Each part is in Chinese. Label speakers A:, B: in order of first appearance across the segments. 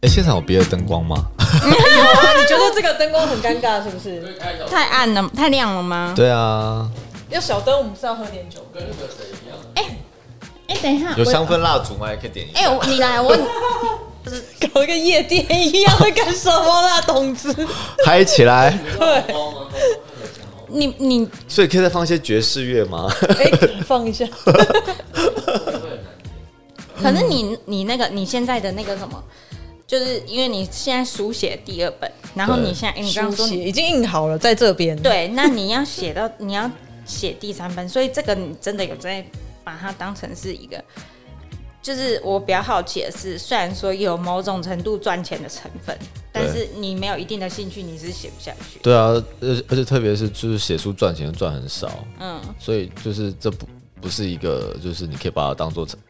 A: 哎，现场有别的灯光 吗？
B: 你觉得这个灯光很尴尬是不是？
C: 太暗了，太亮了吗？
A: 对啊，
B: 要小灯，我们是要喝点酒。
C: 哎、等一下，
A: 有
C: 我
A: 香氛蜡烛吗？也可以点一下。
C: 哎、我你来，我
B: 搞一个夜店一样的干什么啦，董子？
A: 嗨起来！
B: 对，
C: 你你
A: 所以可以再放一些爵士乐吗？
B: 哎，放一下。
C: 可是你你那个你现在的那个什么，就是因为你现在书写第二本，然后
A: 对
C: 你现在、哎你刚
B: 书
C: 刚说
B: 写
C: 你
B: 已经印好了，在这边。，
C: 对，那你要写到你要写第三本，所以这个你真的有在把它当成是一个。就是我比较好奇的是，虽然说有某种程度赚钱的成分，但是你没有一定的兴趣，你是写不下去。
A: 对啊，而而且特别是就是写书赚钱赚很少，
C: 嗯，
A: 所以就是这不不是一个就是你可以把它当做成，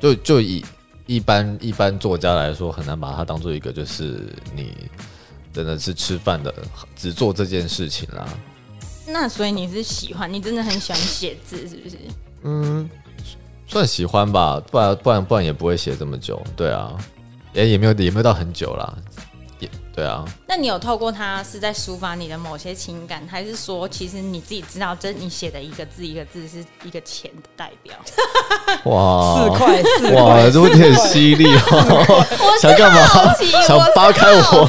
A: 就就以一般一般作家来说，很难把它当做一个就是你真的是吃饭的只做这件事情啦。
C: 那所以你是喜欢，你真的很喜欢写字，是不是？
A: 算喜欢吧，不然不然不然也不会写这么久。对啊，也也没有也没有到很久啦，也对 啊，
C: 那你有透过它是在抒发你的某些情感，还是说其实你自己知道，这你写的一个字一个字是一个钱的代表？
A: 哇，
B: 四块四
A: 哇，
B: 块，
A: 这问题很犀 利哦， 想干嘛
C: 奇？
A: 想
C: 我是
A: 扒开我，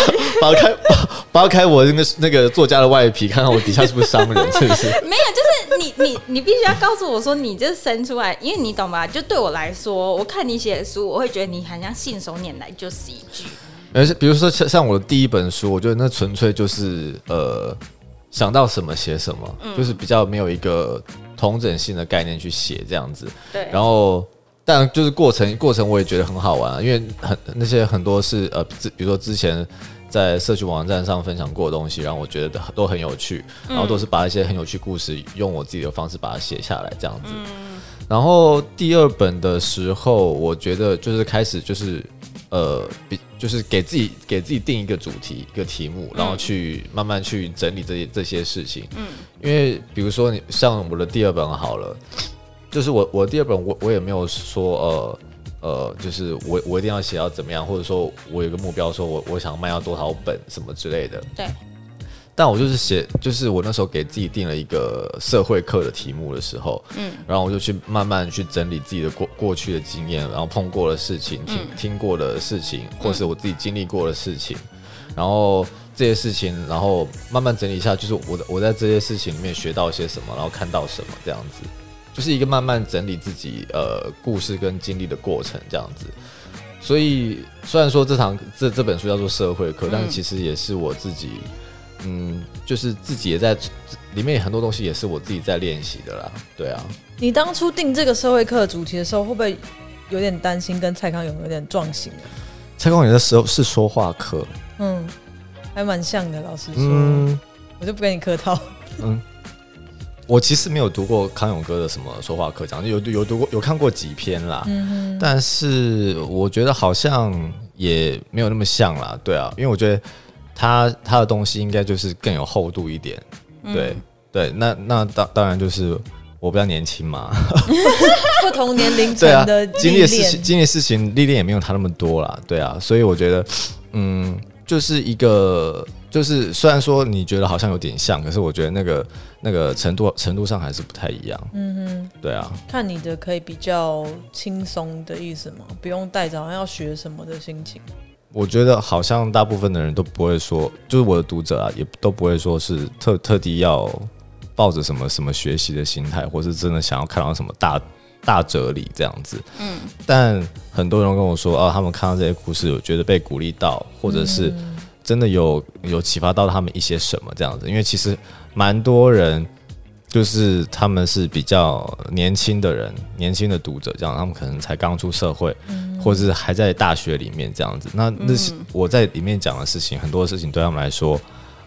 A: 扒扒开扒扒开我那个那个作家的外皮，看看我底下是不是商人，是不 是？
C: 没有，就是你 你你必须要告诉我说，你就生出来，因为你懂吧？就对我来说，我看你写的书，我会觉得你很像信手拈来就是一句。
A: 而且比如说像像我的第一本书，我觉得那纯粹就是呃想到什么写什么，
C: 嗯
A: 就是比较没有一个同整性的概念去写这样子。
C: 对，
A: 然后，但就是过程过程我也觉得很好玩、啊，因为很那些很多是呃，之比如说之前在社群网站上分享过的东西，然后我觉得都很有趣，然后都是把一些很有趣故事用我自己的方式把它写下来这样子。然后第二本的时候，我觉得就是开始就是呃，比就是给自己给自己定一个主题一个题目，然后去慢慢去整理这些这些事情。嗯，因为比如说你像我的第二本好了，就是我我第二本我我也没有说呃呃，就是我我一定要写到怎么样，或者说我有个目标，说我我想卖到多少本什么之类的。
C: 对，
A: 但我就是写，就是我那时候给自己定了一个社会课的题目的时候，嗯，然后我就去慢慢去整理自己的过过去的经验，然后碰过的事情，听、听过的事情，或是我自己经历过的事情，然后这些事情，然后慢慢整理一下，就是我的我在这些事情里面学到些什么，然后看到什么这样子，就是一个慢慢整理自己呃故事跟经历的过程这样子。所以虽然说这堂这这本书叫做社会课，但其实也是我自己，嗯，就是自己也在里面很多东西也是我自己在练习的啦。对啊，
B: 你当初定这个社会课的主题的时候，会不会有点担心跟蔡康永有点撞型啊？
A: 蔡康永的时候是说话课，
B: 嗯，还蛮像的，老实说，
A: 嗯
B: 我就不跟你客套。
A: 嗯，我其实没有读过康永哥的什么说话课讲，有有读过有看过几篇啦，
B: 嗯
A: 但是我觉得好像也没有那么像啦。对啊，因为我觉得他他的东西应该就是更有厚度一点。对、对，那那当当然就是我比较年轻嘛，
B: 不同年龄层
A: 对啊
B: 的，
A: 经历
B: 历
A: 的事情
B: 练，
A: 经历的事情历练也没有他那么多啦，对啊，所以我觉得，嗯，就是一个，就是虽然说你觉得好像有点像，可是我觉得那个那个程度程度上还是不太一样，
B: 嗯
A: 对啊，
B: 哼，看你的可以比较轻松的意思吗？不用带着好像要学什么的心情。
A: 我觉得好像大部分的人都不会说，就是我的读者啊，也都不会说是特特地要抱着什么什么学习的心态，或是真的想要看到什么大大哲理这样子。嗯，但很多人跟我说，啊，他们看到这些故事，有觉得被鼓励到，或者是真的有有启发到他们一些什么这样子。因为其实蛮多人。就是他们是比较年轻的人，年轻的读者，这样他们可能才刚出社会，或者是还在大学里面这样子。那那些我在里面讲的事情，很多事情对他们来说，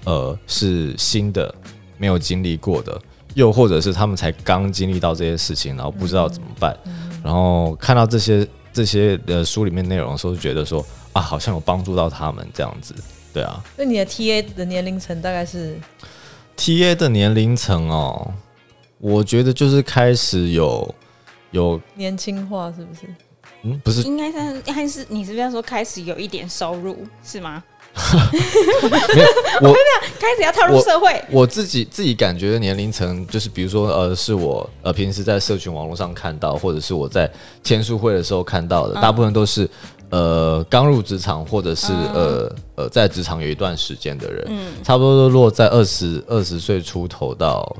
A: 呃，是新的，没有经历过的，又或者是他们才刚经历到这些事情，然后不知道怎么办，然后看到这些这些呃书里面内容的时候，就觉得说啊，好像有帮助到他们这样子，对啊。
B: 那你的 TA 的年龄层大概是
A: T A 的年龄层哦，我觉得就是开始有有
B: 年轻化，是不是？
A: 嗯，不是
C: 应该算是还是你是不是要说开始有一点收入是吗？
A: 没有我
C: 开始要踏入
A: 我
C: 社会，
A: 我自己自己感觉的年龄层，就是比如说呃，是我呃平时在社群网络上看到，或者是我在签书会的时候看到的，大部分都是呃刚入职场，或者是、呃呃在职场有一段时间的人，差不多都落在二十二十岁出头到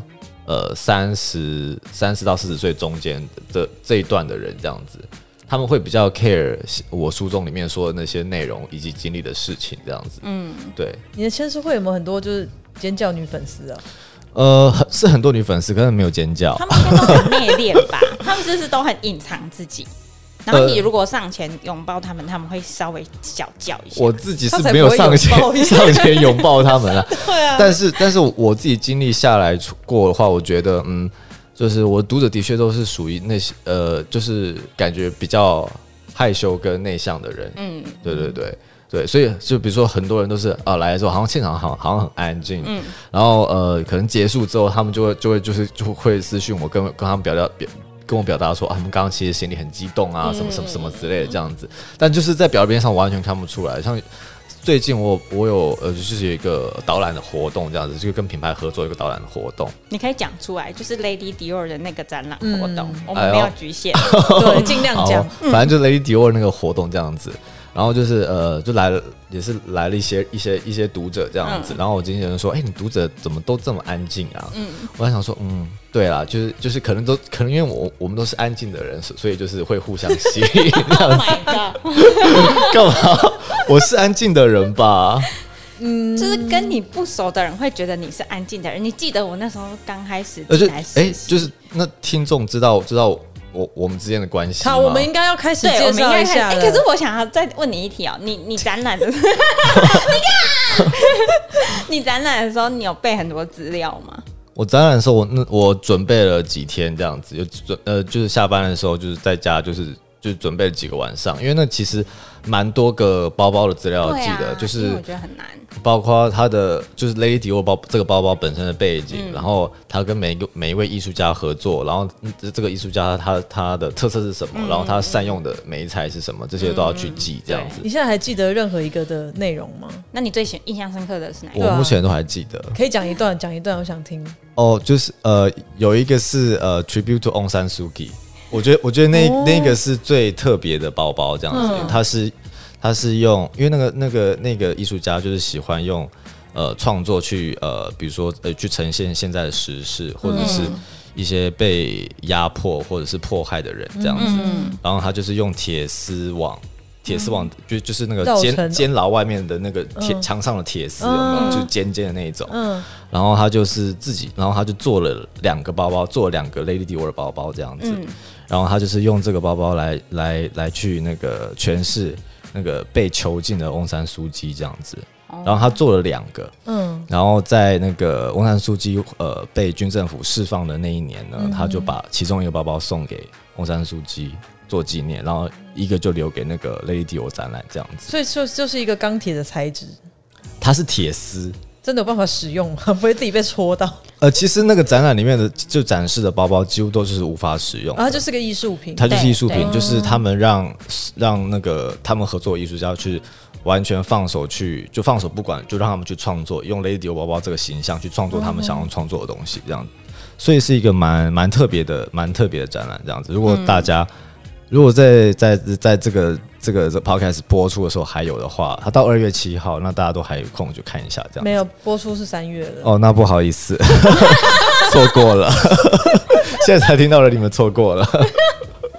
A: 呃三十三十到四十岁中间的这这一段的人这样子。他们会比较 care 我书中里面说的那些内容以及经历的事情，这样子。嗯，对。
B: 你的签书会有没有很多就是尖叫女粉丝 啊？
A: 呃，很是很多女粉丝，可是没有尖叫
C: 他。们应该都很内敛 吧？他们就是都很隐藏自己。然后
A: 呃
C: 你如果上前拥抱他们，他们会稍微小叫一下。
A: 呃我自己是没有上前
B: 他才不会拥
A: 上前拥抱他们啊，
B: 对啊，
A: 但是但是我自己经历下来过的话，我觉得嗯，就是我读者的确都是属于那些呃，就是感觉比较害羞跟内向的人，
C: 嗯，
A: 对对对对，所以就比如说很多人都是啊来的时候，好像现场好像好像很安静，
B: 嗯
A: 然后呃可能结束之后，他们就会就会就是就会私讯我跟跟他们表达表。跟我表达说啊，他们刚刚其实心里很激动啊，什么什么什么之类的这样子，但就是在表面上完全看不出来。像最近我我有呃，就是有一个导览的活动这样子，就是跟品牌合作一个导览的活动，
C: 你可以讲出来，就是 Lady Dior 的那个展览活动，我
A: 哎
C: 们
A: 呦
C: 没有局限。
B: 对，尽量
A: 好
B: 讲。，
C: 嗯
A: 反正就 Lady Dior 那个活动这样子。然后就是呃，就来了，也是来了一些一些一些读者这样
C: 嗯
A: 子。然后我经纪人说：“哎、你读者怎么都这么安静啊？”我在想说，嗯，对啦，就是就是可能都可能因为我我们都是安静的人，所所以就是会互相吸引。
C: Oh my god！
A: 干嘛？我是安静的人吧？
C: 就是跟你不熟的人会觉得你是安静的人。你记得我那时候刚开始
A: 而且
C: 来
A: 哎
C: 实，习，
A: 就是那听众知道知道我我们之间的关系吗？
B: 好，我们应该要开始
C: 对，我
B: 介
C: 们应
B: 绍
C: 该
B: 一
C: 看。
B: 下
C: 哎、
B: 了。
C: 可是我想要再问你一题哦、你你展览的， 你看， 你展览的时候，你有备很多资料吗？
A: 我展览的时候，我那我准备了几天这样子，就准呃，就是下班的时候，就是在家，就是就准备了几个晚上，因为那其实蛮多个包包的资料要
C: 对
A: 哦记得，
C: 啊，
A: 就
C: 因为
A: 是
C: 我觉得很难。
A: 包括它的就是 Lady Dior 包这个包包本身的背景，
C: 嗯
A: 然后它跟每一个每一位艺术家合作，然后这这个艺术家他他的特色是什么，
C: 嗯
A: 然后他善用的媒材是什么，这些都要去记这样子。
B: 你现在还记得任何一个的内容吗？
C: 那你最喜印象深刻的是哪一个？
A: 我目前都还记得
B: 可以讲一段，讲一段，我想听。
A: 哦，就是呃，有一个是呃 Tribute to On San Suki，我觉得我觉得那、
B: 哦嗯
A: 那个是最特别的包包，这样子，它是它是用，因为那个那个那个艺术家就是喜欢用呃创作去呃，比如说呃去呈现现在的时事，或者是
B: 嗯
A: 一些被压迫或者是迫害的人这样
B: 嗯
A: 子，然后他就是用铁丝网。铁丝网就就是那个
B: 绕
A: 监
B: 嗯成
A: 监牢外面的那个铁
B: 嗯
A: 墙上的铁丝，有没有？
B: 嗯
A: 就尖尖的那一种。
B: 嗯，
A: 然后他就是自己，然后他就做了两个包包，做了两个 Lady Dior 的包包这样子。然后他就是用这个包包来来来去那个诠释那个被囚禁的翁山书记这样子。
C: 哦
A: 然后他做了两个，
B: 嗯，
A: 然后在那个翁山书记呃被军政府释放的那一年呢，他就把其中一个包包送给翁山书记做纪念，然后一个就留给那个 Lady Dior 展览这样子。
B: 所以就就是一个钢铁的材质，
A: 它是铁丝，
B: 真的有办法使用吗？ 不会自己被戳到？
A: 呃，其实那个展览里面的就展示的包包几乎都是无法使用的，
B: 然后啊就是个艺术品。
A: 它就是
C: 对
A: 艺术品，
C: 对
A: 就是他们让让那个他们合作的艺术家去完全放手去就放手不管，就让他们去创作，用 Lady Dior 包包这个形象去创作他们想要创作的东西，这样，所以是一个蛮蛮特别的蛮特别的展览，这样子。如果大家、如果在在在这个这个这 podcast 播出的时候还有的话，它到二月七号，那大家都还有空就看一下这样。
B: 没有播出是三月的，
A: 哦，那不好意思， 错过了， 现在才听到了，你们错过了。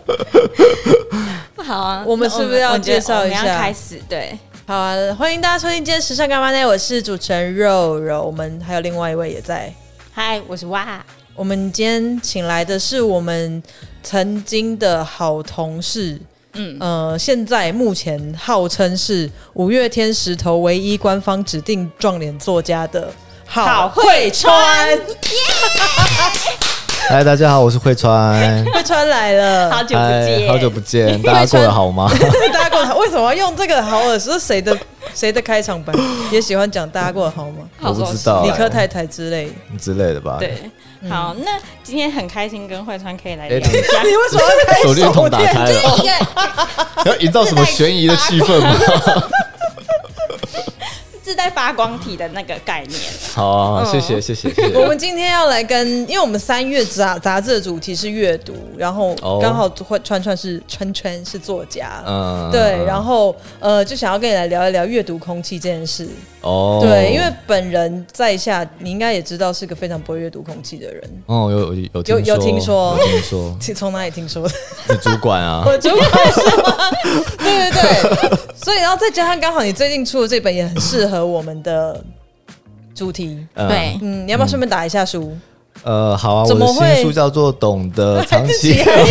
C: 好啊，
B: 我们是不是要
C: 我觉
B: 介
C: 得
B: 绍一下
C: 我们要开始对，
B: 好啊！欢迎大家收听今天时尚干嘛呢？我是主持人肉肉，我们还有另外一位也在。
C: 嗨，我是哇，
B: 我们今天请来的是我们曾经的好同事，嗯，呃，现在目前号称是五月天石头唯一官方指定撞脸作家的
C: 好
B: 会川，
A: 嗨，大家好，我是慧川。
B: 会川来了，
C: 好久不见，
A: 好久不见，大家过得好吗？
B: 大家过得好？为什么要用这个好耳？是谁的谁的开场白？也喜欢讲大家过得好吗？
C: 好
A: 我不知道
B: 理
A: 哎
B: 科太太之类，
A: 之类的吧。
C: 对，
B: 嗯
C: 好，那今天很开心跟惠川可以来
A: 哎
C: 聊一 下，
B: 你为什么要开
A: 手电筒打
B: 电
A: 开了，
C: 一个
A: 要营造什么悬疑的气氛 吗？
C: 自带发光体的那个概念。
A: 好啊，好谢谢谢谢谢
B: 嗯我
A: 谢。
B: 们今天要来跟，因为我们三月杂杂志的主题是阅读，然后
A: 哦
B: 刚好川川川是川川是作家，
A: 嗯
B: 对，然后呃，就想要跟你来聊一聊阅读空气这件事。
A: 哦，
B: 对，因为本人在下，你应该也知道是个非常不会阅读空气的人。
A: 哦，有有有
B: 有有听说，
A: 有听说
B: 是从哪里 听说的？
A: 你主管啊，
B: 我就开始吗？对对对，所以然后再加上刚好你最近出的这本也很适合我们的主题。
A: 嗯，
B: 嗯，你要不要顺便打一 下书？
A: 呃，好啊，我
B: 怎
A: 的
B: 么会
A: 新书叫做《懂得藏
B: 自
A: 起
B: 己
A: 业
B: 还
A: 务》，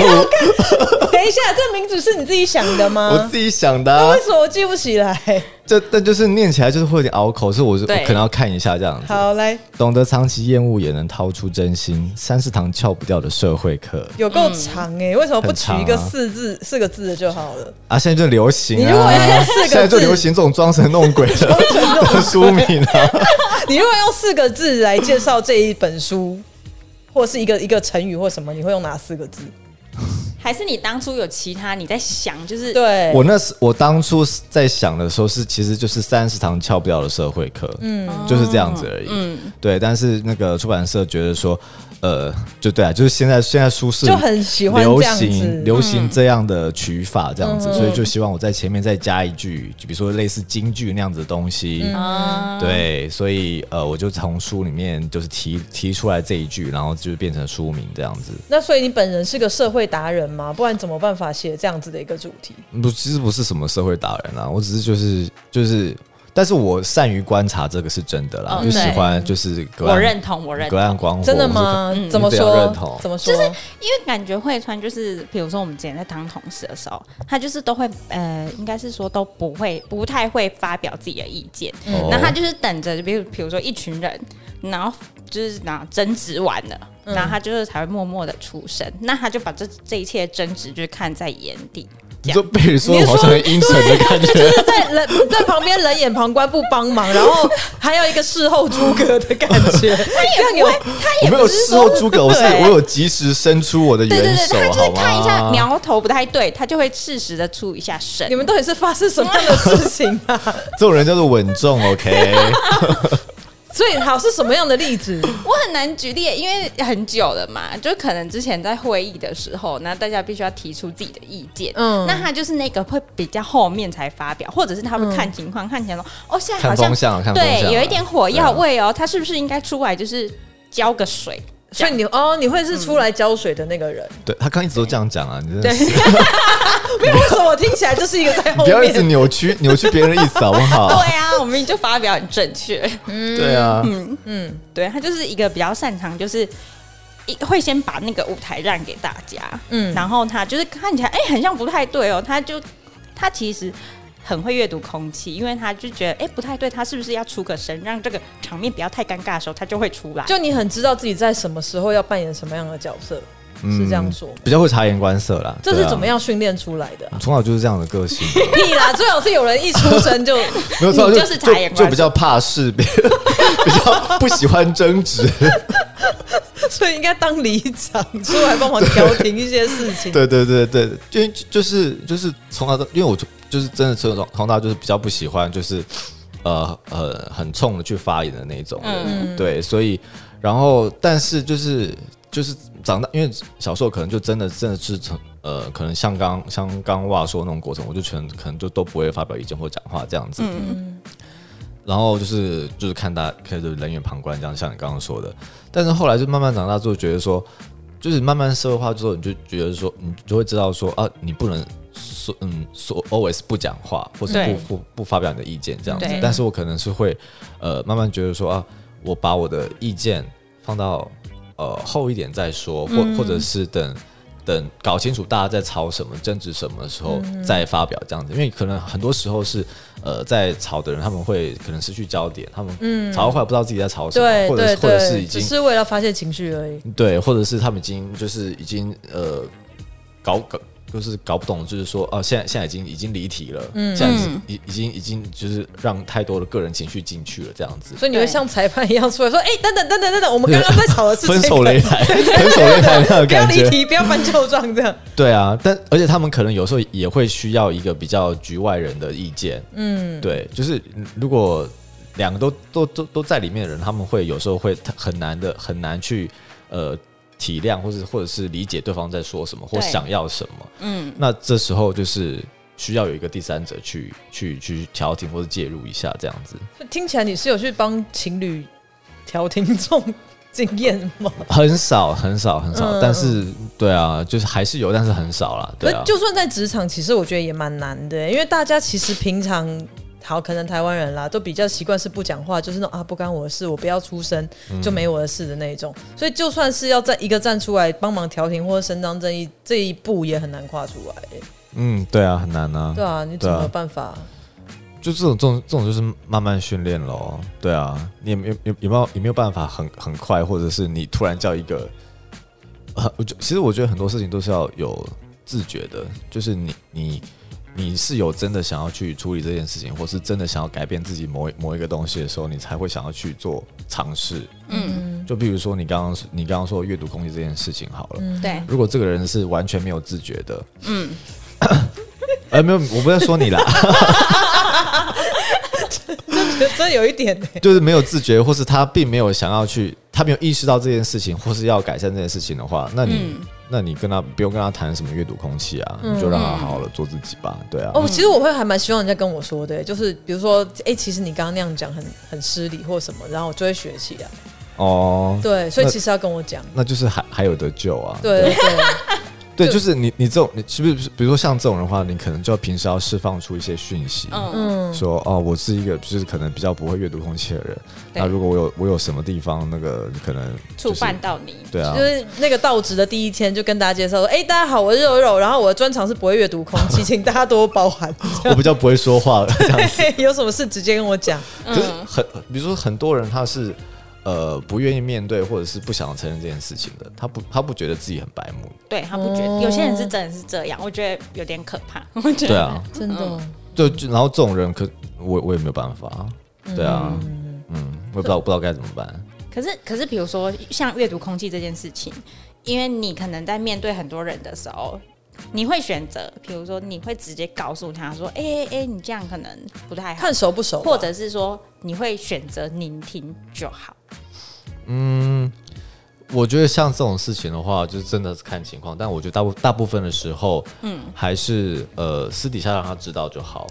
B: 等一下，这名字是你自己想 的
A: 我
B: 吗？
A: 自己想的啊
B: 为，什么我记不起来？
A: 这但就是念起来就是会有点拗口，所以我是我
C: 对
A: 可能要看一下这样子。
B: 好，来，
A: 懂得藏起厌恶，也能掏出真心，三十堂撬不掉的社会课
B: 有够长哎、为什么不取一
A: 嗯很
B: 个
A: 长啊
B: 四字、四个字的就好了？
A: 啊！现在就流行、啊，
B: 你如果要用四个字
A: 现在就流行这种装神弄鬼 的的书名啊。
B: 你如果用四个字来介绍这一本书，或是一个一个成语或什么，你会用哪四个字？
C: 还是你当初有其他你在想，就是
B: 对，
A: 我那时我当初在想的时候是，其实就是三十堂撬不掉的社会课，嗯，就是这样子而已，
B: 哦
A: 嗯，对。但是那个出版社觉得说，呃，就对啊，就是现在现在舒适
B: 就很喜欢
A: 流
B: 这样
A: 行
B: 子。嗯
A: 流行这样的取法，这样子，所以就希望我在前面再加一句，就比如说类似京剧那样子的东西，
B: 嗯
C: 啊，
A: 对，所以呃，我就从书里面就是提提出来这一句，然后就变成书名这样子。
B: 那所以你本人是个社会达人吗？不然怎么办法写这样子的一个主题？
A: 不，其实不是什么社会达人啦，我只是就是就是，但是我善于观察，这个是真的啦，
C: 哦
A: 就喜欢就是隔岸
C: 我认同，我认
A: 隔
C: 同，
A: 岸观火，
B: 真的
A: 我
B: 吗？
C: 嗯
B: 怎么
A: 你比较认
B: 说
A: 同？
B: 怎么说？就是
C: 因为感觉慧川就是，比如说我们之前在当同事的时候，他就是都会呃，应该是说都不会，不太会发表自己的意见，
A: 是？哦
C: 然后他就是等着，比如比如说一群人，然后就是然后争执完了，
A: 嗯
C: 然后他就是才会默默的出声，那他就把这这一切争执就看在眼底，
A: 你就被你说的好像很阴沉的 感觉，
B: 在人在旁边冷眼旁观不帮忙，然后还有一个事后诸葛的感 觉，这样有
A: 我没有事后诸葛，我是
C: 对
A: 我有及时伸出我的
C: 对对
A: 援
C: 对，
A: 手
C: 他，就
A: 好
C: 是
A: 吗？
C: 看一下苗头不太对，他就会适时的出一下声
B: 你。们到底是发生什么样的事情啊？
A: 这种人叫做稳重，OK？
B: 所以好是什么样的例子？
C: 我很难举例，因为很久了嘛，就可能之前在会议的时候，那大家必须要提出自己的意见。
B: 嗯
C: 嗯，那他就是那个会比较后面才发表，或者是他会看情况，看起来说，哦，现在好
A: 看
C: 像
A: 风向啊，看风向啊，
C: 对有一点火
A: 对啊
C: 药味哦，他是不是应该出来就是浇个水？
B: 所以你哦，你会是出来浇水的那个人？
A: 对他刚一直都这样讲啊，你真的是
B: 嗯没有，为什么我听起来就是一个在后
A: 不要一直
B: 面？
A: 扭曲扭曲别人的意思好不
C: 对
A: 好？
C: 啊，我们就发表很正确。
A: 对啊，
C: 对他就是一个比较擅长，就是一会先把那个舞台让给大家，
B: 嗯
C: 嗯，然后他就是看起来哎、很像不太对哦，他就他其实很会阅读空气，因为他就觉得哎、不太对，他是不是要出个声，让这个场面不要太尴尬的时候，他就会出 来。
B: 就你很知道自己在什么时候要扮演什么样的角色，
A: 嗯
B: 是这样说吗。
A: 比较会察言观色啦。
B: 这
A: 对
B: 是
A: 啊
B: 怎么？样训练出来的啊、
A: 从小就是这样的个性，
B: 屁啦！最好是有人一出 生就
A: 没有
C: 你
A: 从小
C: 就是察言
A: 就
C: 观色
A: 就比较怕事，比 比较不喜欢争执。
B: 所以应该当里长出来帮忙调停一些事情。
A: 对对对对，因为就是就是从小到，因为我就就是真的从小从大就是比较不喜欢就是呃呃很冲的去发言的那一种人，对，所以然后但是就是就是长大，因为小时候可能就真的真的是从呃可能像刚像刚哇说那种过程，我就全可能就都不会发表意见或讲话这样子，然后就是就是看大家开始冷眼旁观，这样像你刚刚说的。但是后来就慢慢长大之后，觉得说，就是慢慢社会化之后，你就觉得说，你就会知道说啊，你不能说嗯说 always 不讲话，或是
C: 对
A: 不不不发表你的意见这样子
C: 对。
A: 但是我可能是会呃慢慢觉得说啊，我把我的意见放到呃后一点再说，或、
B: 嗯
A: 或者是等。等搞清楚大家在吵什么、争执什么的时候
B: 嗯
A: 再发表这样子，因为可能很多时候是呃在吵的人他们会可能失去焦点，他们吵到后来不知道自己在吵什么，
B: 嗯对
A: 或者
B: 对
A: 是或者是
B: 对，
A: 已
B: 只
A: 经
B: 是为了发泄情绪而已。
A: 对，或者是他们已经就是已经呃搞搞就是搞不懂，就是说，哦、现在现在已经已经离题了，嗯，现在已经已已经已经就是让太多的个人情绪进去了，这样子。
B: 所以你会
C: 对
B: 像裁判一样出来说：“哎、等等等等等等，我们刚刚在吵的是、这
A: 分
B: 个
A: 手擂台，分手擂台那个
B: 不要
A: 感
B: 离
A: 觉，
B: 题，不要翻旧账，这样。
A: 对啊，但而且他们可能有时候也会需要一个比较局外人的意见，嗯，对，就是如果两个都都都都在里面的人，他们会有时候会很难的很难去呃体谅或是或者是理解对方在说什么或
C: 对
A: 想要什么，
C: 嗯，
A: 那这时候就是需要有一个第三者去去去调停或者介入一下这样子。
B: 听起来你是有去帮情侣调停这种经验吗？
A: 很少很少很少，
B: 嗯
A: 但是对啊，就是还是有，但是很少啦。 对
B: 可
A: 啊，
B: 就算在职场，其实我觉得也蛮难的，因为大家其实平常好，可能台湾人啦，都比较习惯是不讲话，就是那种啊不干我的事，我不要出声，
A: 嗯
B: 就没我的事的那一种。所以就算是要在一个站出来帮忙调停或者伸张正义，这一步也很难跨出来。
A: 嗯，对啊，很难啊。
B: 对啊，你
A: 对
B: 怎么
A: 啊
B: 有办法？
A: 就这种这种这种就是慢慢训练咯。对啊，你也没有有有没有有没有办法很很快，或者是你突然叫一个，呃，我就其实我觉得很多事情都是要有自觉的，就是你你你是有真的想要去处理这件事情，或是真的想要改变自己某一某一个东西的时候，你才会想要去做尝试。嗯，就比如说你刚刚你刚刚说阅读空气这件事情好了，
C: 对，
A: 如果这个人是完全没有自觉的，嗯，呃，没有，我不是在说你啦，
B: 真有一点呢、
A: 就是没有自觉，或是他并没有想要去，他没有意识到这件事情，或是要改善这件事情的话，那你、
B: 嗯
A: 那你跟他不用跟他谈什么阅读空气啊，你就让他好好的做自己吧，对啊。
B: 哦，其实我会还蛮希望人家跟我说的、就是比如说，哎、其实你刚刚那样讲很很失礼或什么，然后我就会学起来。
A: 哦，
B: 对，所以
A: 那
B: 其实要跟我讲。
A: 那就是还还有得救啊，
B: 对对对，
A: 对，
B: 就
A: 就是你你这种你是不是比如说像这种人的话，你可能就要平时要释放出一些讯息，
C: 嗯，
B: 嗯，
A: 说哦，我是一个就是可能比较不会阅读空气的人，
C: 对
A: 那如果我有我有什么地方那个可能
C: 触
A: 就是
C: 犯到你，
A: 对啊
B: 就，是那个到职的第一天，就跟大家介绍说：“哎、大家好，我是柔柔，然后我的专长是不会阅读空气，请大家多包涵。
A: 我比较不会说话 这样子。
B: 有什么事直接跟我讲。
A: 可是很，比如说很多人他是呃不愿意面对，或者是不想承认这件事情的，他不他不觉得自己很白目。
C: 对他不觉得，有些人是真的是这样，我觉得有点可怕，我觉得
A: 对啊，”
B: 真的哦、
A: 就就然后这种人可我我也没有办法。对啊，嗯，我也不知道我不知道该怎么办。
C: 可是，可是，比如说像阅读空气这件事情，因为你可能在面对很多人的时候，你会选择，比如说你会直接告诉他说：“哎哎哎，你这样可能不太好。
B: 看熟不熟”啊、
C: 或者是说你会选择聆听就好。
A: 我觉得像这种事情的话，就是真的是看情况，但我觉得大部大部分的时候，嗯，还是呃私底下让他知道就好，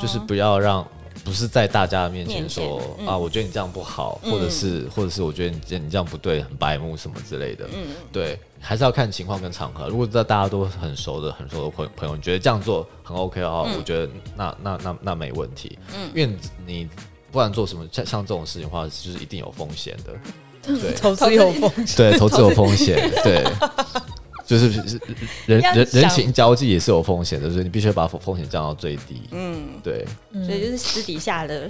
A: 就是不要让不是在大家的哦面前嗯
C: 面前
A: 说啊，我觉得你这样不好，或者是或者是我觉得你这你这样不对，很白目什么之类的，嗯，对，还是要看情况跟场合。如果在大家都很熟的很熟的朋朋友，你觉得这样做很 OK 的话，我觉得那那那那没问题，嗯，因为你不然做什么像像这种事情的话，就是一定有风险的，对。
B: 投资有风 险，
A: 对，投资有风险，对，就是是人
C: 要
A: 人人
C: 想
A: 情交际也是有风险的，所以你必须要把风风险降到最低。嗯，对
C: 所以就是私底下的，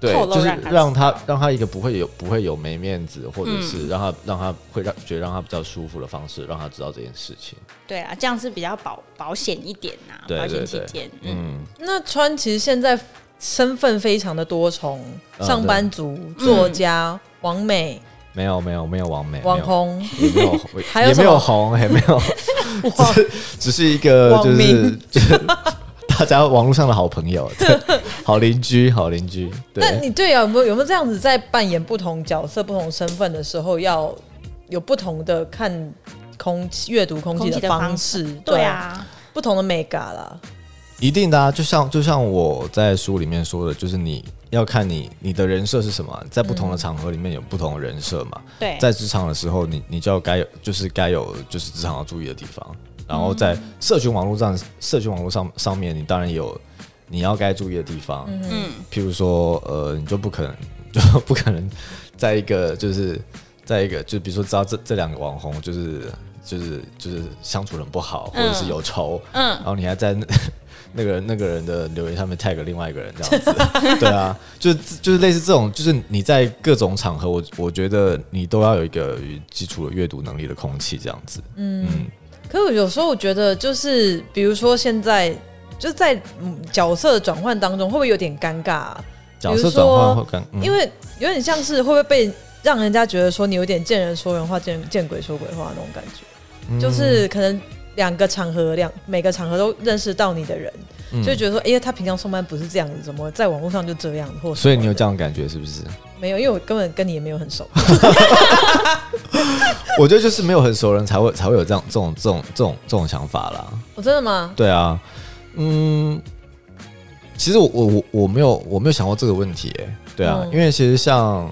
A: 对
C: 透，露
A: 就是
C: 让他
A: 让他让他一个不会有不会有没面子，或者是让他让他会让觉得让他比较舒服的方式，让他知道这件事情。
C: 对啊，这样是比较保保险一点呐、
A: 对
C: 保
A: 对
C: 险起
A: 对
C: 见，嗯，
A: 嗯，
B: 那川其实现在身份非常的多重，
A: 啊
B: 上班族、作家、王美、
A: 没有没有没有完美，
B: 网红，
A: 没有也没有
B: 还有
A: 也
B: 什
A: 没
B: 么
A: 有红，也没有，
B: 哇，
A: 只是一个就
B: 网
A: 是
B: 民
A: 就是大家网络上的好朋友，对好邻居，好邻居。对。
B: 那你对啊，有没有有没有这样子在扮演不同角色、不同身份的时候，要有不同的看空气、阅读空气
C: 空气的
B: 方
C: 方
B: 式？
C: 对，啊，
B: 不同的美感啦。
A: 一定的啊，就像就像我在书里面说的，就是你要看你你的人设是什么，在不同的场合里面有不同的人设嘛。
C: 对，
A: 在职场的时候，你你就要该有就是该有就是职场要注意的地方，然后在社群网络上社群网络上上面，你当然也有你要该注意的地方，
C: 嗯，
A: 譬如说呃，你就不可能 就不可能在一个就是在一个就比如说知道这这两个网红就是就是就是相处得很不好，或者是有仇，
C: 嗯
A: 然后你还在 那那个人那个人的留言上面 tag 另外一个人这样子， 对啊，就是就是类似这种，就是你在各种场合，我我觉得你都要有一个基础的阅读能力的空气这样子，嗯，
B: 可是有时候我觉得，就是比如说现在就在嗯角色转换当中，会不会有点尴尬啊、
A: 角色转换会嗯跟，
B: 因
A: 为
B: 为有点像是会不会被让人家觉得说你有点见人说人话，见见鬼说鬼话那种感觉？
A: 嗯
B: 就是可能两个场合，两每个场合都认识到你的人，
A: 嗯
B: 就觉得说，哎、他平常上班不是这样子，怎么在网络上就这样？或
A: 所以你有这
B: 样？
A: 样的感觉是不是？
B: 没有，因为我根本跟你也没有 很熟。
A: 我觉得就是没有很熟人才会才会有这样这种这种这种这种想法啦。
B: 我、哦真的吗？
A: 对啊，嗯，其实我我我我没有我没有想过这个问题、欸，对啊，
B: 嗯
A: 因为其实像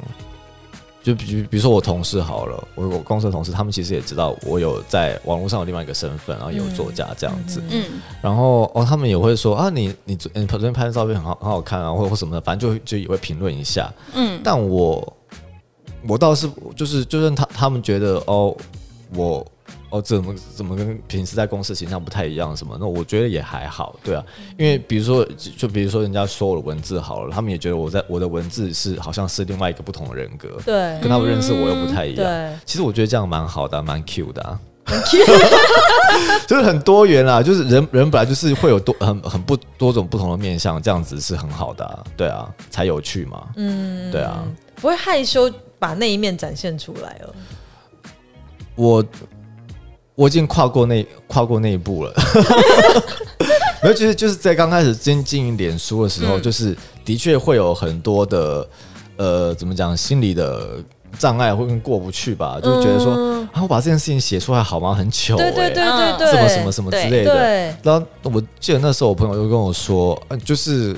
A: 就比比如说我同事好了，我我公司的同事，他们其实也知道我有在网络上有另外一个身份，然后也有作家这样子，
C: 嗯，
A: 然后哦，他们也会说啊，你你昨你昨天拍的照片很好很好看啊，或或什么的，反正就就也会评论一下，
C: 嗯，
A: 但我我倒是就是就算他他们觉得哦，我哦怎么怎么跟平时在公司形象不太一样什么，那我觉得也还好，对啊，
B: 嗯
A: 因为比如说就就比如说人家说我的文字好了，他们也觉得我在我的文字是好像是另外一个不同的人格，
B: 对
A: 跟他们认识我又不太一样。
B: 对，
A: 其实我觉得这样蛮好的啊、蛮 Q 的、啊， 就是很多元啦，就是人人本来就是会有多很很不多种不同的面相，这样子是很好的、啊，对啊，才有趣嘛，嗯，对啊，
B: 不会害羞把那一面展现出来哦。
A: 我我已经跨过那跨过那一步 了，没有，其实就是在刚开始经经营脸书的时
B: 嗯
A: 候，就是的确会有很多的呃，怎么讲，心理的。障碍会跟过不去吧，就是觉得说、
B: 嗯
A: 啊，我把这件事情写出来好吗？很糗、欸，
B: 对对对对
C: 嗯
B: 对，
A: 什么什么什么之类的。
B: 对，
A: 然后我记得那时候我朋友就跟我说，呃、就是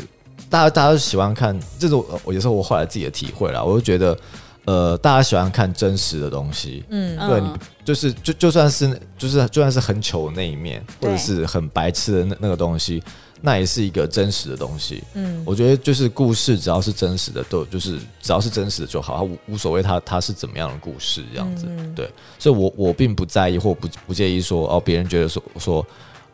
A: 大家大家都喜欢看，这是我呃我也是我后来自己的体会啦。我就觉得，呃，大家喜欢看真实的东西，
B: 嗯，
A: 对，
C: 嗯
A: 你就是就就算是就是就算是很糗的那一面，或
C: 对
A: 者是很白痴的那那个东西，那也是一个真实的东西。
B: 嗯，
A: 我觉得就是故事，只要是真实的，都就是只要是真实的就好，它无无所谓它它是怎么样的故事这样子。对，所以我我并不在意或不不介意说哦，别人觉得说说。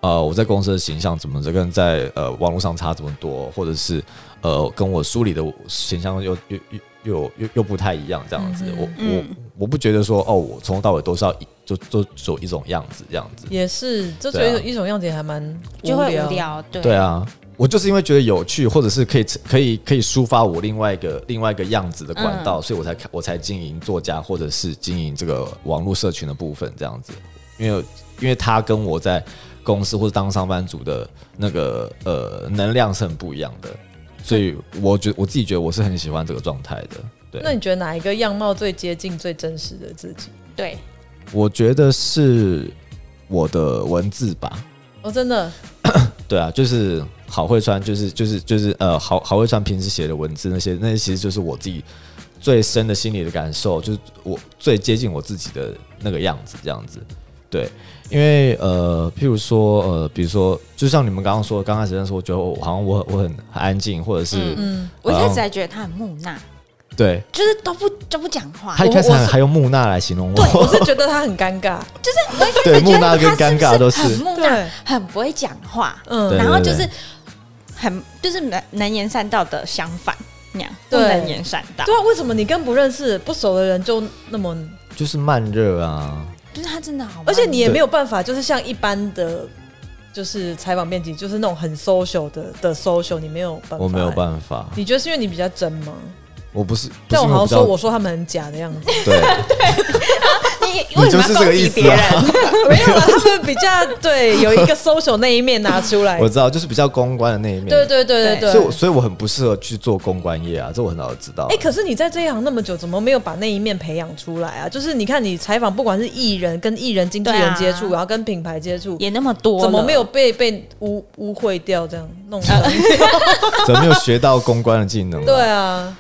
A: 呃，我在公司的形象怎么着跟在呃网络上差这么多，或者是呃跟我书里的形象又又又又又又不太一样这样子，我我
C: 嗯
A: 我不觉得说哦，我从头到尾都是要一就就走一种样子这样子。
B: 也是，这所
A: 对啊
B: 以一种样子也还蛮
C: 就会
B: 无
C: 无。聊，对，
A: 对啊，我就是因为觉得有趣，或者是可以可以可以抒发我另外一个另外一个样子的管道，所以我才开我才经营作家或者是经营这个网络社群的部分这样子，因为因为他跟我在公司或者当上班族的那个呃能量是很不一样的，所以我觉我自己觉得我是很喜欢这个状态的。对，
B: 那你觉得哪一个样貌最接近最真实的自己？
A: 啊
C: 对，
A: 我觉得是我的文字吧。
B: 哦，真的，
A: 对啊，就是好会穿，就是就是就是呃，好好会穿平时写的文字那些，那些其实就是我自己最深的心里的感受，就是我最接近我自己的那个样子，这样子。对，因为呃，譬如说呃，比如说，就像你们刚刚说，刚开始认识，我觉得我好像我我很很安静，或者是、
B: 嗯，
C: 我一开始还觉得他很木讷，
A: 对
C: 就是都不都不讲话，
A: 他一开始
B: 啊我
A: 还
B: 是
A: 还用木讷来形容
B: 对，我
A: 我，
B: 是觉得他很尴尬，
A: 对木
C: 觉
A: 讷
C: 得
A: 跟
C: 他
A: 尴尬
C: 是
A: 都
C: 不
A: 是
C: 是很木
B: 对
C: 讷，很不会讲话，
A: 对
B: 嗯，
C: 然后
A: 对
C: 就是很就是能能言善道的相反那样，不
B: 对
C: 能言善道，
B: 对啊，为什么你跟不认识、不熟的人就那么，
A: 就是慢热啊，
C: 就是他真的好慢，
B: 而且你也没有办法，就是像一般的，就是采访编辑，就是那种很 social 的的 social，你没有办法，
A: 我没有办法，
B: 你觉得是因为你比较真吗？
A: 我不是，不
B: 但
A: 是
B: 我
A: 因为
B: 好
A: 我
B: 像
A: 比较
B: 说，我说他们很假的样子，
A: 对，
C: 你为
A: 你
C: 什
A: 就
C: 么
A: 是这
C: 要攻
A: 个意
C: 击
A: 思
C: 别人？
A: 啊。
B: 没有啦，他们比较对有一个 social 那一面拿出 来
A: 我，知道，就是比较公关的那一面。
B: 对对对对对。
A: 所以我所以我很不适合去做公关业啊，这我很早就知道。
B: 哎、可是你在这一行那么久，怎么没有把那一面培养出来啊？就是你看，你采访不管是艺人跟艺人经纪
C: 对
B: 人
C: 啊
B: 接触，然后跟品牌接触，
C: 也那么多了，
B: 怎么 没有被被污污秽掉？这样弄出
C: 呃
B: 来？
A: 怎么没有学到公关的技能、
B: 对，啊，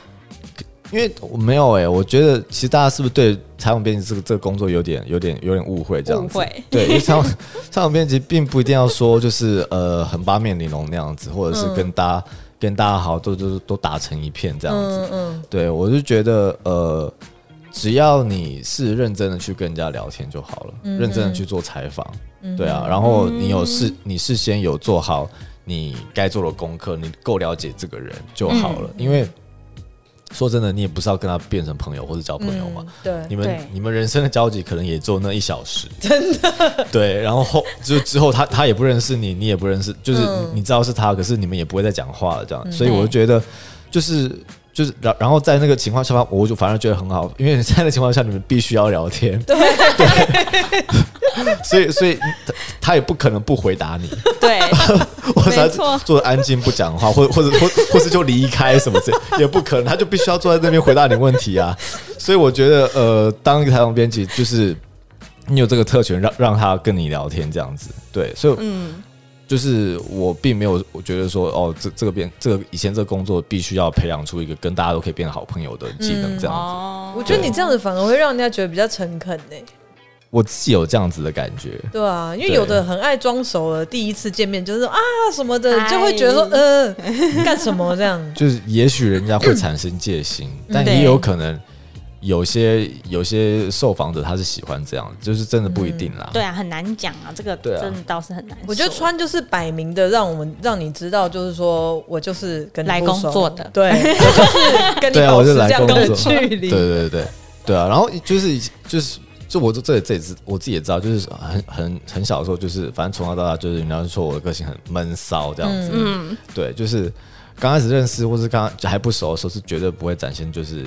A: 因为我没有哎、我觉得其实大家是不是对采访编辑这个这个工作有点有点有点误会这样子
C: 误会？
A: 对，因为采访 采访编辑并不一定要说就是呃很八面玲珑那样子，或者
B: 嗯
A: 是跟大家、跟大家好都都都打成一片这样子。
B: 嗯嗯，
A: 对我就觉得呃。只要你是认真的去跟人家聊天就好了，认真的去做采访，对啊，然后你有事，你事先有做好你该做的功课，你够了解这个人就好了。因为说真的，你也不是要跟他变成朋友或者交朋友
C: 啊
A: 嘛。
B: 嗯对，
A: 你们
C: 对
A: 你们人生的交集可能也就那一小时，真的。对，然后后就之后他他也不认识你，你也不认识，就是
B: 嗯
A: 你知道是他，可是你们也不会再讲话了这样。所以
C: 对
A: 我就觉得，就是就是然然后在那个情况下，我就反而觉得很好，因为在那个情况下你们必须要聊天。对。 所以，所以他他也不可能不回答你，
C: 对，
A: 或者他
C: 没错
A: 坐得安静不讲话，或或者或或是就离开什么 之类，也不可能，他就必须要坐在那边回答你问题啊。所以我觉得，呃，当一个台湾编辑，就是你有这个特权让让他跟你聊天这样子，对，所以
C: 嗯，
A: 就是我并没有我觉得说，哦，这这个编这个以前这个工作必须要培养出一个跟大家都可以变好朋友的技能这样子。
C: 哦
B: 我觉得你这样子反而会让人家觉得比较诚恳呢、
A: 我自己有这样子的感觉，
B: 对啊，因为
A: 对
B: 有的很爱装熟了，第一次见面就是啊什么的，
C: 嗨
B: 就会觉得说呃干什么这样。
A: 就是也许人家会产生戒心，但
C: 对
A: 也有可能有些有些受访者他是喜欢这样，就是真的不一定啦。
C: 对啊，很难讲啊，这个
A: 对啊
C: 真的倒是很难说。
B: 我觉得川就是摆明的让我们让你知道，就是说我就是跟你
C: 来
B: 不熟
C: 工作的
B: 对，我就是跟 你
A: 对啊
B: 保
A: 我
B: 持
A: 是
B: 这
A: 来
B: 样
A: 工
B: 的
A: 作
B: 距
A: 对
B: 离。
A: 对对对对啊！然后就是就是就我这这这也知我自己也知道，就是很很很小的时候，就是反正从小到大，就是人家就说我的个性很闷骚这样子，
C: 嗯，
A: 对，就是刚开始认识或是刚就还不熟的时候，是绝对不会展现就是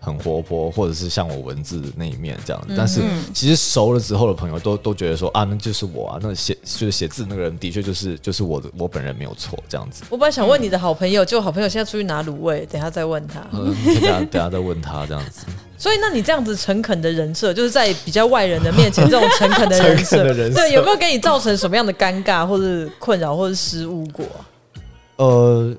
A: 很活泼，或者是像我文字那一面这样。但是
B: 嗯
A: 其实熟了之后的朋友都都觉得说啊，那就是我啊，那写就是写字那个人的确就是就是我的我本人没有错这样 子。
B: 我本来想问你的好朋友，结果好朋友现在出去拿卤味，等一下再问他。
A: 嗯，等一下等一下再问他这样子，
B: 所以，那你这样子诚恳的人设，就是在比较外人的面前，这种诚恳的人
A: 诚
B: 设
A: 恳的，人设
B: 对，有没有给你造成什么样的尴尬，或者困扰，或者失误过啊？
A: 呃，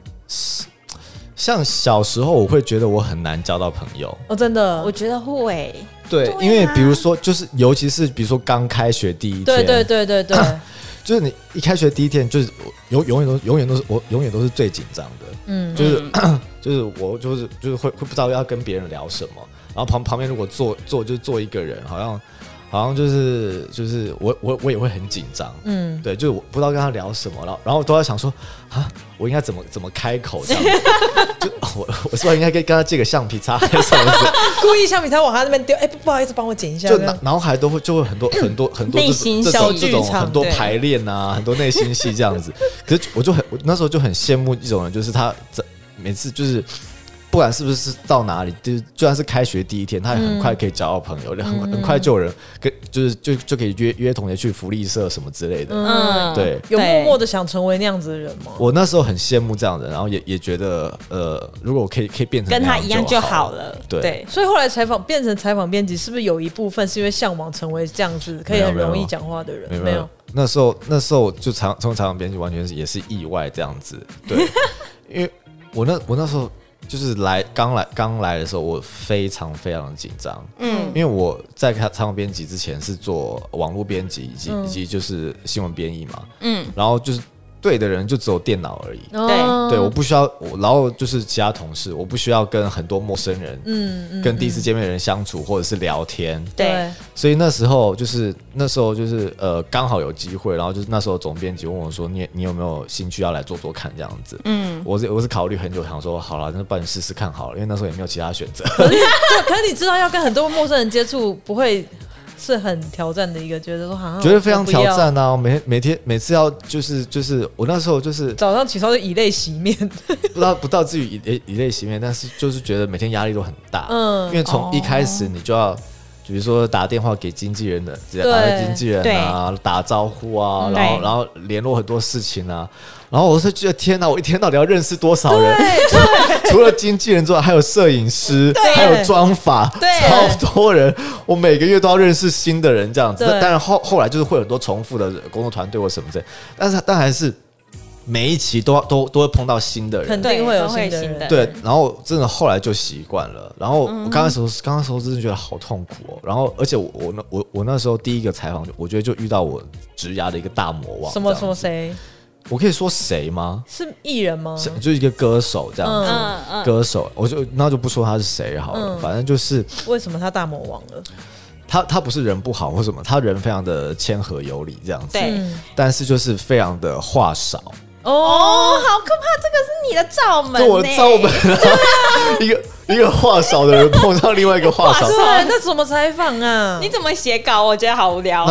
A: 像小时候我会觉得我很难交到朋友，
B: 哦，真的，
C: 我觉得会，
A: 对，
C: 对
A: 因为
C: 啊
A: 比如说就是尤其是比如说刚开学第一天，
B: 对对对对对，
A: 就是你一开学第一天，就是我永永远都永远都是我永远都是最紧张的，
B: 嗯，
A: 就是、 就是我就是就是会会不知道要跟别人聊什么，然后旁旁边如果坐坐就坐一个人，好像好像就是就是我我我也会很紧张，
B: 嗯，
A: 对，就是我不知道跟他聊什么，然后然后我都在想说啊，我应该怎么怎么开口这样子， 就我我是不是应该跟跟他借个橡皮擦还是什么之类的？
B: 故意橡皮擦往他那边丢，哎、不不好意思，帮我捡一下。
A: 就
B: 这
A: 脑
B: 样
A: 脑海都会就会很多很多很多
C: 内
A: 这
C: 心
A: 这
C: 小
A: 种
B: 剧
A: 这种
B: 场
A: 很多
B: 对
A: 排练啊，很多内心戏这样子。可是我就很我那时候就很羡慕一种人，就是他在每次就是。不管是不是到哪里，就是就算是开学第一天，他也很
C: 嗯
A: 快可以交到朋友，很很快就有人跟就是就就可以约约同学去福利社什么之类的。
B: 嗯，
A: 对
B: 有默默的想成为那样子的人吗？
A: 我那时候很羡慕这样的人，然后也也觉得呃，如果我可以可以变成
C: 跟
A: 那
C: 他一样就
A: 好
C: 好。了。
A: 对
C: 对，
B: 所以后来采访变成采访编辑，是不是有一部分是因为向往成为这样子可以很容易讲话的人？
A: 没有
B: 没
A: 没
B: 有
A: 有，，那时候那时候就常从采访编辑完全是也是意外这样子， 对，因为我那我那时候就是来刚来刚来的时候，我非常非常紧张，
C: 嗯
A: 因为我在采访编辑之前是做网络编辑以及、
B: 嗯
A: 以及就是新闻编译嘛，
C: 嗯，
A: 然后就是对的人就只有电脑而已。
B: 哦
A: 对，我不需要，我然后就是其他同事，我不需要跟很多陌生人、
B: 嗯嗯，
A: 跟第一次见面的人相处或者是聊天，
C: 对，
A: 所以那时候就是那时候就是呃刚好有机会，然后就是那时候总编辑问我说你你有没有兴趣要来做做看这样子？
C: 嗯，
A: 我是我是考虑很久，想说好了，那帮你试试看好了，因为那时候也没有其他选择。
B: 对，可是你知道要跟很多陌生人接触，不会是很挑战的一个，觉得说好像
A: 觉得非常挑。战啊！我每天每天每次要就是就是我那时候就是
B: 早上起床就以泪洗面，
A: 不到不到至于以泪以泪洗面，但是就是觉得每天压力都很大，
B: 嗯
A: 因为从一开始你就要。比如说打电话给经纪人的，
B: 对
A: 打给经纪人啊，打招呼啊，
C: 嗯
A: 然后
C: 对
A: 然后联络很多事情啊，然后我是觉得天哪，我一天到底要认识多少人？ 除了经纪人之外，还有摄影师，还有妆发，
B: 对
A: 超多人，我每个月都要认识新的人这样子。
B: 对
A: 那当然后后来就是会有很多重复的工作团队或什么之类，但是但还是每一期都要都都会碰到新的人，
B: 肯
C: 对
B: 定会有
C: 都会
B: 新的
C: 新的
B: 人。
A: 对，然后真的后来就习惯了。然后我刚开始刚开始真的觉得好痛苦哦。然后而且我我那我我那时候第一个采访，我觉得就遇到我职涯的一个大魔王。
B: 什么
A: 这样子
B: 什么？谁
A: 我可以说谁吗？
B: 是艺人吗？
A: 是就一个歌手这样子，
C: 嗯嗯
A: 歌手，我就那就不说他是谁好了，
B: 嗯
A: 反正就是
B: 为什么他大魔王了？
A: 他他不是人不好或什么，他人非常的谦和有礼这样子，
C: 对
B: 嗯
A: 但是就是非常的话少，
C: 哦，
B: 哦，
C: 好可怕！这个是你的罩门、
A: 这
C: 欸，
A: 我的照本啊， 一个一个话少的人碰上另外一个话少
C: 话
B: 对，
C: 少，
B: 啊那怎么采访啊？
C: 你怎么写稿？我觉得好无聊。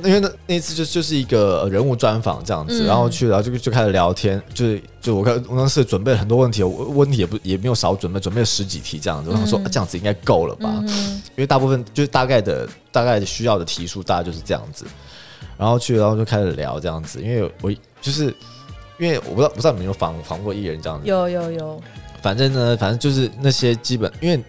A: 那因为那那次就就是一个呃人物专访这样子，然后去，然后就就开始聊天，就是就我看我当时准备了很多问题，我问题也不也没有少准备，准备了十几题这样子，我想说、啊这样子应该够了吧，因为大部分就是大概的大概的需要的题数大概就是这样子，然后去然后就开始聊这样子，因为我就是。因为我不知道，不知道你们有访访过艺人这样子，
B: 有有有，
A: 反正呢，反正就是那些基本，因为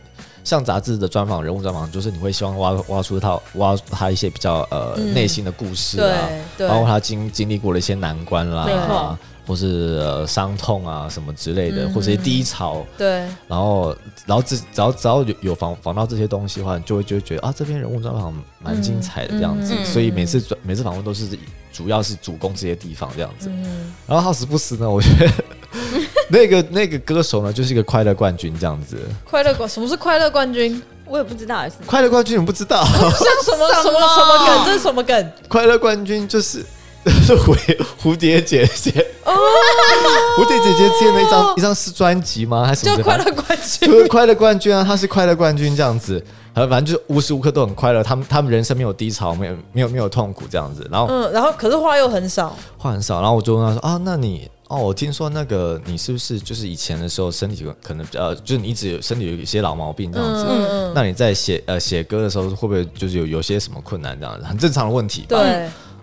A: 像杂志的专访、人物专访，就是你会希望挖挖出他挖出他一些比较呃
B: 嗯
A: 内、心的故事
B: 对
A: 啊，
B: 对，
A: 包括他经经历过了一些难关
B: 没
A: 啦
B: 错，嗯
A: 或是、呃、伤痛啊什么之类的，或者一些低潮，
B: 对
A: 然后然后只只要只要有有访访到这些东西的话，你就会就会觉得啊，这篇人物专访蛮精彩的这样子，
C: 嗯嗯嗯
A: 所以每次专每次访问都是主要是主攻这些地方这样子。然后好死不死呢，我觉 得那个那个歌手呢，就是一个快乐冠军这样子。
B: 快乐冠，什么是快乐冠 军？
C: 我也不知道是什么
A: 快乐冠军你们不知道，
B: 这是什么什么什么梗？这是什么梗？
A: 快乐冠军就是 是蝴蝴蝶姐姐
B: 哦，
A: 蝴蝶姐姐签了一张一张是专辑吗？还是什么
B: 就
A: 之类的？
B: 快乐冠军
A: 就是快乐冠军啊，他是快乐冠军这样子，呃，反正就是无时无刻都很快乐，他们他们人生没有低潮，没有没有没有痛苦这样子，然后
B: 嗯，然后可是话又很少，
A: 话很少，然后我就问他说啊，那你哦，我听说那个你是不是就是以前的时候身体可能比较，就是你一直有身体有一些老毛病这样子，
B: 嗯嗯，
A: 那你在写呃写歌的时候会不会就是有有些什么困难这样子，很正常的问题吧。
B: 对，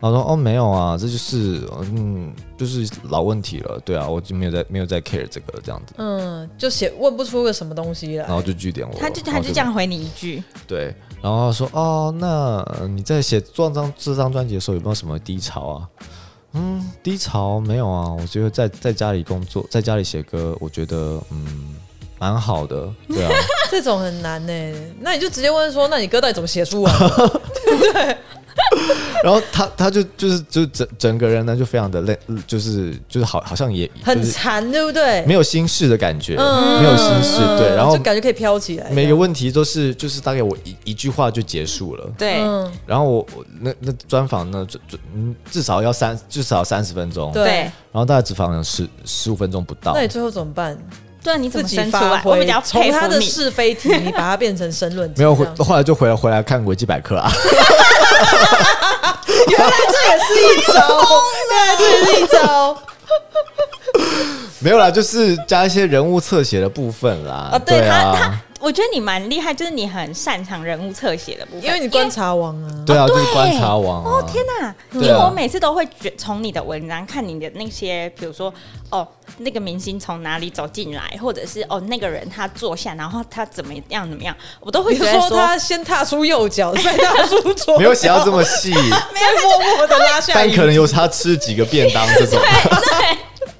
A: 然后说哦没有啊，这就是嗯就是老问题了，对啊，我就没有在没有在 care 这个这样子，
B: 嗯，就写问不出个什么东西
A: 然
B: 来，
A: 后就据点我，
C: 他就
A: 然
C: 他
A: 后
C: 就这样回你一句，
A: 对，然后他说哦，那你在写这张这张专辑的时候有没有什么低潮啊？嗯，低潮没有啊，我觉得在在家里工作，在家里写歌，我觉得嗯蛮好 的，对啊，
B: 这种很难呢。那你就直接问说，那你歌到底怎么 写出啊？
A: 然后他他就就是就整整个人呢就非常的累，就是就是好好像也
B: 很
A: 就是
B: 馋，对不对？
A: 没有心事的感觉，
B: 嗯
A: 没有心事，
B: 嗯
A: 对，然后
B: 就感觉可以飘起来。
A: 每个问题都是就是大概我一一句话就结束了，
C: 对，
B: 嗯，
A: 然后我我那那专访呢，最最嗯至少要三至少三十分钟，
B: 对
C: 对。
A: 然后大概只访了十十五分钟不到
B: 那。你最后怎么办？
C: 对，你怎
B: 自
C: 么
B: 己
C: 生出
B: 发
C: 来？我
B: 挥
C: 比较，
B: 从
C: 佩
B: 他
C: 服
B: 的
C: 你。
B: 是非题，你把它变成申论题。
A: 没有回
B: 这，样
A: 后来就回来回来看维基百科啊，
B: 原来这也是一招，原来这也是一招
A: 没有啦，就是加一些人物侧写的部分啦。
C: 哦，对他他
A: 啊，，
C: 我觉得你蛮厉害，就是你很擅长人物侧写的部分，
B: 因为你观察王 啊。
A: 对啊，就是观察王啊。
C: 哦天哪！因
A: 对啊
C: 为我每次都会觉从你的文章看你的那些，比如说哦，那个明星从哪里走进来，或者是哦那个人他坐下，然后他怎么样怎么样，我都会
B: 你
C: 觉
B: 是
C: 得
B: 说他先踏出右脚，再踏出左脚，
A: 没有写 到这么 细，
B: 再默默的拉下
A: 但
B: 椅
A: 可能有他吃几个便当这 种。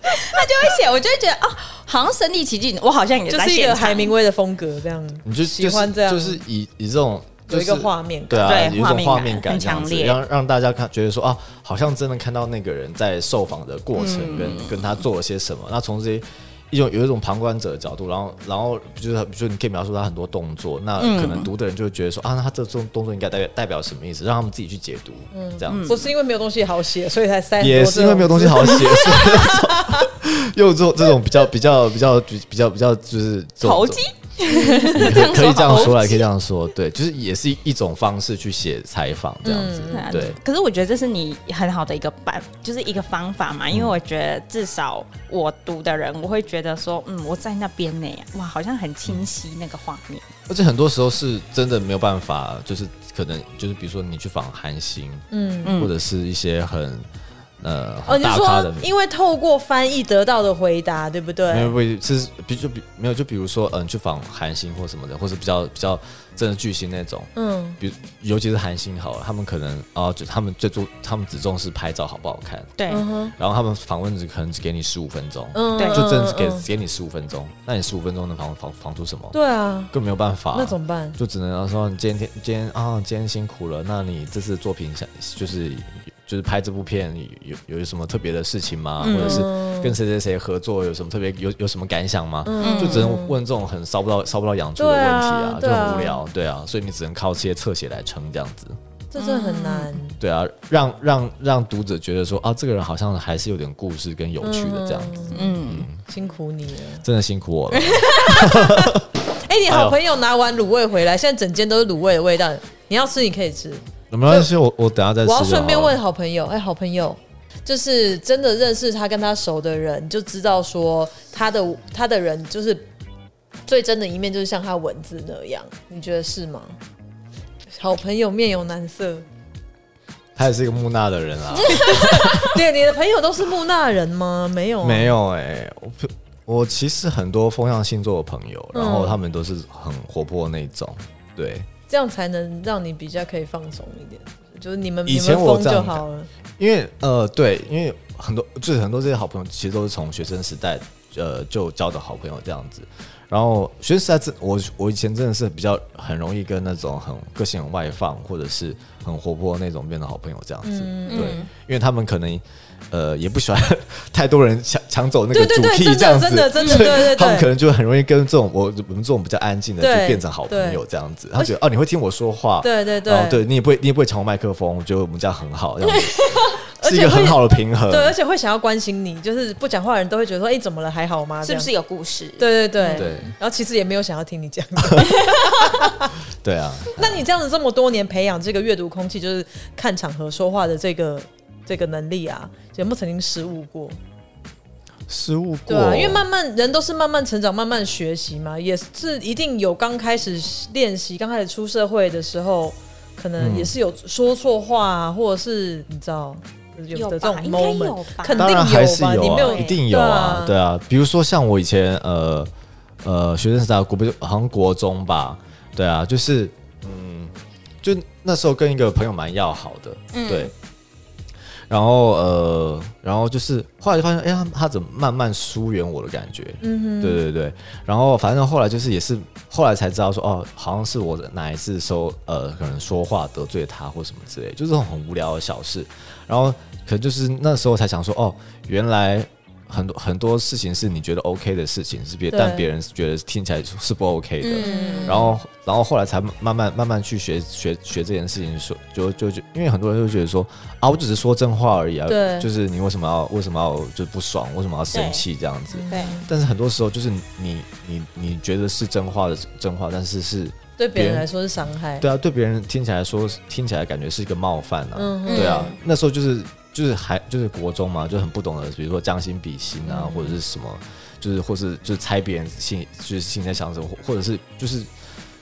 C: 他就会写，我就会觉得哦，好像身临其境，我好像也
B: 就
C: 在
B: 是一
C: 现
B: 个
C: 场
B: 海明威的风格这样。
A: 你就
B: 喜欢这样，
A: 就是就是以以这种
B: 有一个
A: 就是
B: 画面感
A: 对啊，
C: 对
A: 有一
C: 画
A: 种
C: 面
A: 画
C: 感
A: 面感
C: 很
A: 这样
C: 强
A: 子，
C: 烈
A: 让让大家看觉得说啊，好像真的看到那个人在受访的过程
B: 嗯
A: 跟、跟他做了些什么，那从这些。一种有一种旁观者的角度，然后然后就是就你可以描述他很多动作，那
B: 嗯
A: 可能读的人就会觉得说、啊，那他这种动作应该代表代表什么意思，让他们自己去解读，
B: 嗯
A: 这样子、
B: 不是因为没有东西好写，所以才塞很多
A: 也是因为没有东西好写，所以 用这种这种比较比较比较比较比较就是这种
C: 投 机，
A: 可可以这样说
C: 好
A: 来，可以这样说，对，就是也是一种方式去写采访这样子，嗯
B: 嗯
A: 对。
C: 啊可是我觉得这是你很好的一个办，就是一个方法
B: 嗯
C: 嘛。因为我觉得至少我读的人，我会觉得说，嗯，我在那边呢，哇，好像很清晰那个画面。
A: 而且很多时候是真的没有办法，就是可能就是比如说你去访韩星，嗯，或者是一些很呃
B: 哦，
A: 很
B: 你是
A: 大咖的
B: 说
A: 明星。
B: 因为透过翻译得到的回答，对不对？
A: 没有，不是，比就比没有，就比如说，嗯，去访韩星或什么的，或者比较比较真的巨星那种，
B: 嗯，
A: 比如尤其是韩星好了，他们可能啊，就他们最重，他们只重视拍照好不好看，
C: 对，
A: 然后他们访问只可能只给你十五分钟，
B: 嗯，
C: 对
B: 嗯
A: 就真的给
B: 嗯嗯
A: 给你十五分钟，那你十五分钟能防防防出什么？
B: 对啊，
A: 更没有办法、
B: 那怎么办？
A: 就只能要说你今天今天啊，今天辛苦了。那你这次作品想就是就是拍这部片有有有什么特别的事情吗？
B: 嗯
A: 或者是跟谁谁谁合作有什么特别有有什么感想吗？
B: 嗯
A: 就只能问这种很烧不到烧不到养猪的问题啊，就
B: 对啊
A: 很无聊，对啊，所以你只能靠这些侧写来撑这样子。
B: 这真的很难。
A: 对啊，让让让读者觉得说啊，这个人好像还是有点故事跟有趣的这样子，
C: 嗯，
B: 辛苦你了。
A: 真的辛苦我了。
B: 哎、你好朋友拿完卤味回来，现在整间都是卤味的味道。你要吃，你可以吃。
A: 没关系，我我等下再吃
B: 我
A: 就好
B: 要
A: 了。
B: 顺便问好朋友，哎、好朋友，就是真的认识他跟他熟的人，就知道说他的他的人就是最真的一面，就是像他文字那样，你觉得是吗？好朋友面有难色，
A: 他也是一个木讷的人啊，
B: 对，你的朋友都是木讷人吗？没有啊，
A: 没有哎、我不我其实很多风象星座的朋友，
B: 嗯
A: 然后他们都是很活泼那种，对。
B: 这样才能让你比较可以放松一点。就是你们
A: 以
B: 你
A: 前
B: 们
A: 我
B: 疯
A: 这
B: 就
A: 样
B: 好了，
A: 因为呃，对，因为很多就是很多这些好朋友，其实都是从学生时代呃就交的好朋友这样子。然后学生时代真，我我以前真的是比较很容易跟那种很个性很外放或者是很活泼那种变成好朋友这样子。
B: 嗯
A: 对，因为他们可能呃也不喜欢太多人抢抢走那个
B: 对对
A: 主
B: 对，
A: 题
B: 真
A: 这样
B: 的
A: 子，
B: 真的真的，对对
A: 他们可
B: 对，
A: 能就很容易跟这种我我们这种比较安静的就
B: 对
A: 变成好朋友这样子。他觉得哦，你会听我说话，
B: 对对对
A: 然后对你也不会你也不会抢我麦克风，我觉得我们这样很好，这样子
B: 而
A: 是
B: 且
A: 一个很
B: 会
A: 好的平衡。
B: 对，而且会想要关心你，就是不讲话的人都会觉得说，哎、怎么了，还好吗？
C: 是不
B: 这样
C: 是有故事？
B: 对对嗯对
A: 对
B: 然后其实也没有想要听你讲。
A: 对啊，
B: 那你这样子这么多年培养这个阅读空气，就是看场合说话的这个这个能力啊，有没有曾经失误过？
A: 失误
B: 对
A: 过，
B: 啊，因为慢慢人都是慢慢成长、慢慢学习嘛，也是一定有刚开始练习、刚开始出社会的时候，可能也是有说错话、啊，或者是你知道有的这种
C: 吧应该
B: moment，
C: 有吧？嗯
B: 肯定
A: 当
B: 有
A: 然还是
B: 吧？你没
A: 有
B: 有
A: 啊，一定有啊，
B: 对
A: 对啊。比如说像我以前呃呃学生时代国不好像国中吧，对啊，就是嗯，就那时候跟一个朋友蛮要好的，
C: 嗯
A: 对。然后呃，然后就是后来就发现，哎、他他怎么慢慢疏远我的感觉？嗯哼，对对对。然后反正后来就是也是后来才知道说，哦，好像是我哪一次说呃，可能说话得罪他或什么之类，就是这种很无聊的小事。然后可能就是那时候才想说，哦，原来很多很多事情是你觉得 OK 的事情，是别
B: 对
A: 但别人觉得听起来是不 OK 的。
C: 嗯
A: 然后，然后后来才慢慢慢慢去学学学这件事情，说就就就，因为很多人就觉得说啊，我只是说真话而已啊，
B: 对
A: 就是你为什么要为什么要就不爽，为什么要生气这样子？
C: 对，
A: 但是很多时候就是你你你你觉得是真话的真话，但是是
B: 对别
A: 别
B: 人
A: 人
B: 来说是伤害。
A: 对啊，对别人听起来说听起来感觉是一个冒犯啊，
B: 嗯哼，
A: 对啊，那时候就是就是还就是国中嘛，就很不懂得，比如说将心比心
B: 嗯
A: 啊，或者是什么，就是或是就是猜别人心就是心里在想什么，或或者是就是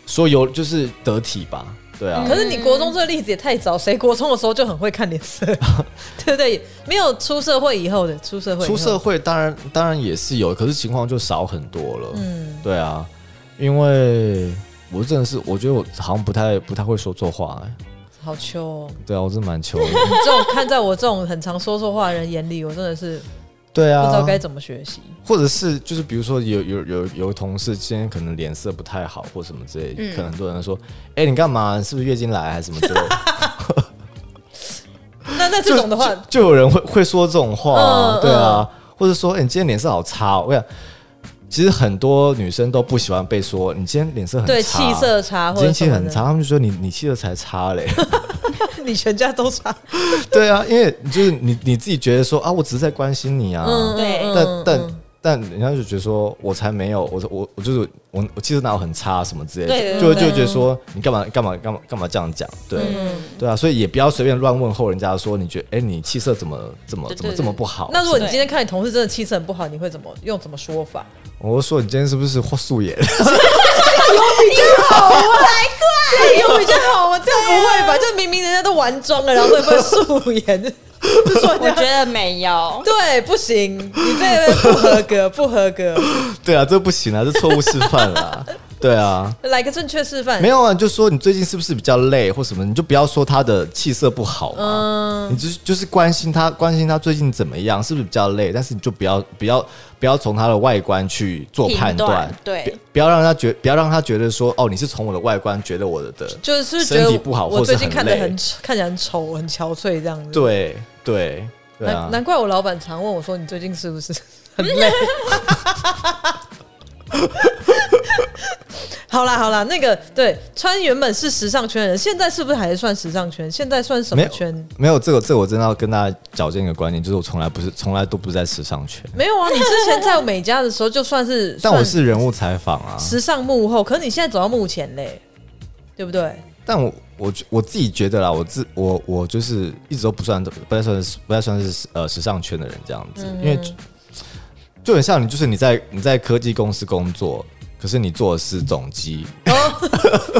A: 说有就是得体吧，对啊，
B: 嗯可是你国中这个例子也太早，谁国中的时候就很会看脸色，对不对？没有出社会以后的，出社会以
A: 出
B: 后
A: 社会当然当然也是有，可是情况就少很多了，
B: 嗯，
A: 对啊，因为我真的是我觉得我好像不太不太会说错话、欸，
B: 好糗、哦。
A: 对啊，我真的蛮糗 的，
B: 你这种看在我这种很常说错话的人眼里，我真的是
A: 对
B: 不
A: 啊，
B: 知道该怎么学习。
A: 或者是就是比如说有有有有同事今天可能脸色不太好或什么之类，可能很多人说，
B: 嗯
A: 哎、你干嘛？是不是月经来还啊是什么之类的？
B: 那那 这种的话，
A: 啊就有人会会说这种话、啊，
B: 嗯
A: 对啊，或者说、诶你今天脸色好差、哦，我想。其实很多女生都不喜欢被说你今天脸色很差，啊
B: 对气色差
A: 你
B: 或
A: 今天
B: 者什
A: 气色
B: 么
A: 很差，
B: 的，
A: 他们就说你你气色才差嘞。
B: 你全家都差。
A: 对啊，因为就是你你自己觉得说啊，我只是在关心你啊，
B: 嗯，
C: 对
B: 嗯
A: 但
B: 嗯
A: 但但人家就觉得说，我才没有，我我我就是我我其实哪有很差什么之类的，
C: 对
A: 就
C: 对对嗯
A: 就就觉得说你干嘛干嘛干嘛干嘛这样讲，对、对啊，所以也不要随便乱问候人家说，你觉得哎、你气色怎么怎么
C: 对对
A: 怎么这么不好？
B: 那如果你
C: 对
B: 今天看你同事真的气色很不好，你会怎么用怎么 说法？
A: 我就说你今天是不是素颜？
B: 哎呦，比较好， 我这样不会
A: 啊
B: 吧？就明明人家都完妆了，然后会不会素颜？ 就说
C: 我
B: 人
C: 觉
B: 家
C: 得没有。
B: 对，不行，你这个不合格，不合格。
A: 对啊，这不行啊，这错误示范啊，对啊。
B: 来个正确示范。
A: 没有啊，你就说你最近是不是比较累或什么，你就不要说他的气色不好嘛，你就是就是关心他，关心他最近怎么样，是不是比较累，但是你就不要不要不要从他的外观去做判
C: 评
A: 断
C: 断，对
A: 不不要让他觉不要让他觉得说哦，你是从我的外观觉得我的的，
B: 就是觉得
A: 身体不好
B: 我
A: 或是
B: 最
A: 很
B: 近看的
A: 累
B: 很丑看起来很丑，很憔悴这样子。
A: 对对对
B: 难、
A: 啊，
B: 难怪我老板常问我说：“你最近是 不是很累？”好啦好啦，那个对穿原本是时尚圈的人，现在是不是还算时尚圈？现在算什么圈？
A: 没有这个，这个我真的要跟大家矫正一个观念，就是我从来不是，从来都不是在时尚圈，
B: 没有啊，你之前在美家的时候就算是，
A: 但我是人物采访啊。
B: 算时尚幕后，可是你现在走到幕前嘞，对不对？
A: 但我我觉我自己觉得啦，我自我我就是一直都不算不太算是不太算是呃时尚圈的人这样子，因
B: 嗯
A: 为就就很像你，就是你在你在科技公司工作，可是你做的是总机，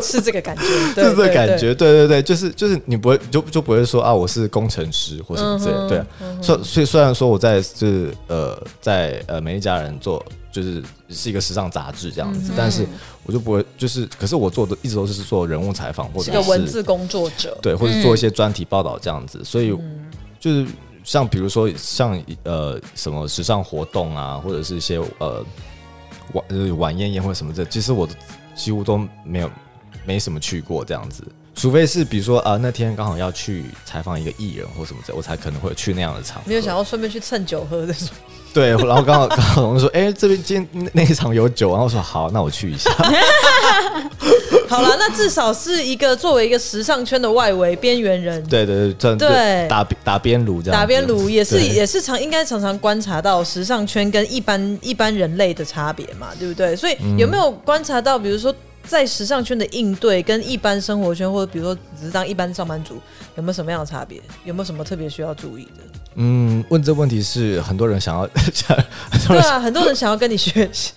B: 是这 个感觉，
A: 就
B: 对
A: 是这个
B: 对
A: 感
B: 对
A: 觉，对对对，就是就是你不会就就不会说啊，我是工程师或什么
B: 嗯
A: 之类的，对啊。所、所以虽然说我在是呃在呃每一家人做就是是一个时尚杂志这样子，
B: 嗯
A: 但是我就不会就是，可是我做的一直都是做人物采访或
B: 是
A: 者
B: 个文字工作者，
A: 对，或者
B: 嗯
A: 做一些专题报道这样子，所以就是像比如说像呃什么时尚活动啊，或者是一些呃晚呃晚宴宴会什么的，其实我几乎都没有没什么去过这样子，除非是比如说啊、那天刚好要去采访一个艺人或什么的，我才可能会去那样的场合。
B: 没有想要顺便去蹭酒喝的，
A: 对，然后刚好刚好同事说，哎、这边今天那那一场有酒，然后我说好，那我去一下。
B: 好啦，那至少是一个作为一个时尚圈的外围边缘人，
A: 对对对，这样
B: 对
A: 打打边炉这样子，
B: 打边炉也是
A: 对
B: 也是常应该常常观察到时尚圈跟一般一般人类的差别嘛，对不对？所以有没有观察到，比如说在时尚圈的应对跟一般生活圈，或者比如说只是当一般上班族，有没有什么样的差别？有没有什么特别需要注意的？
A: 嗯，问这问题是很多人想要， 想
B: 对啊，很多人想要跟你学习，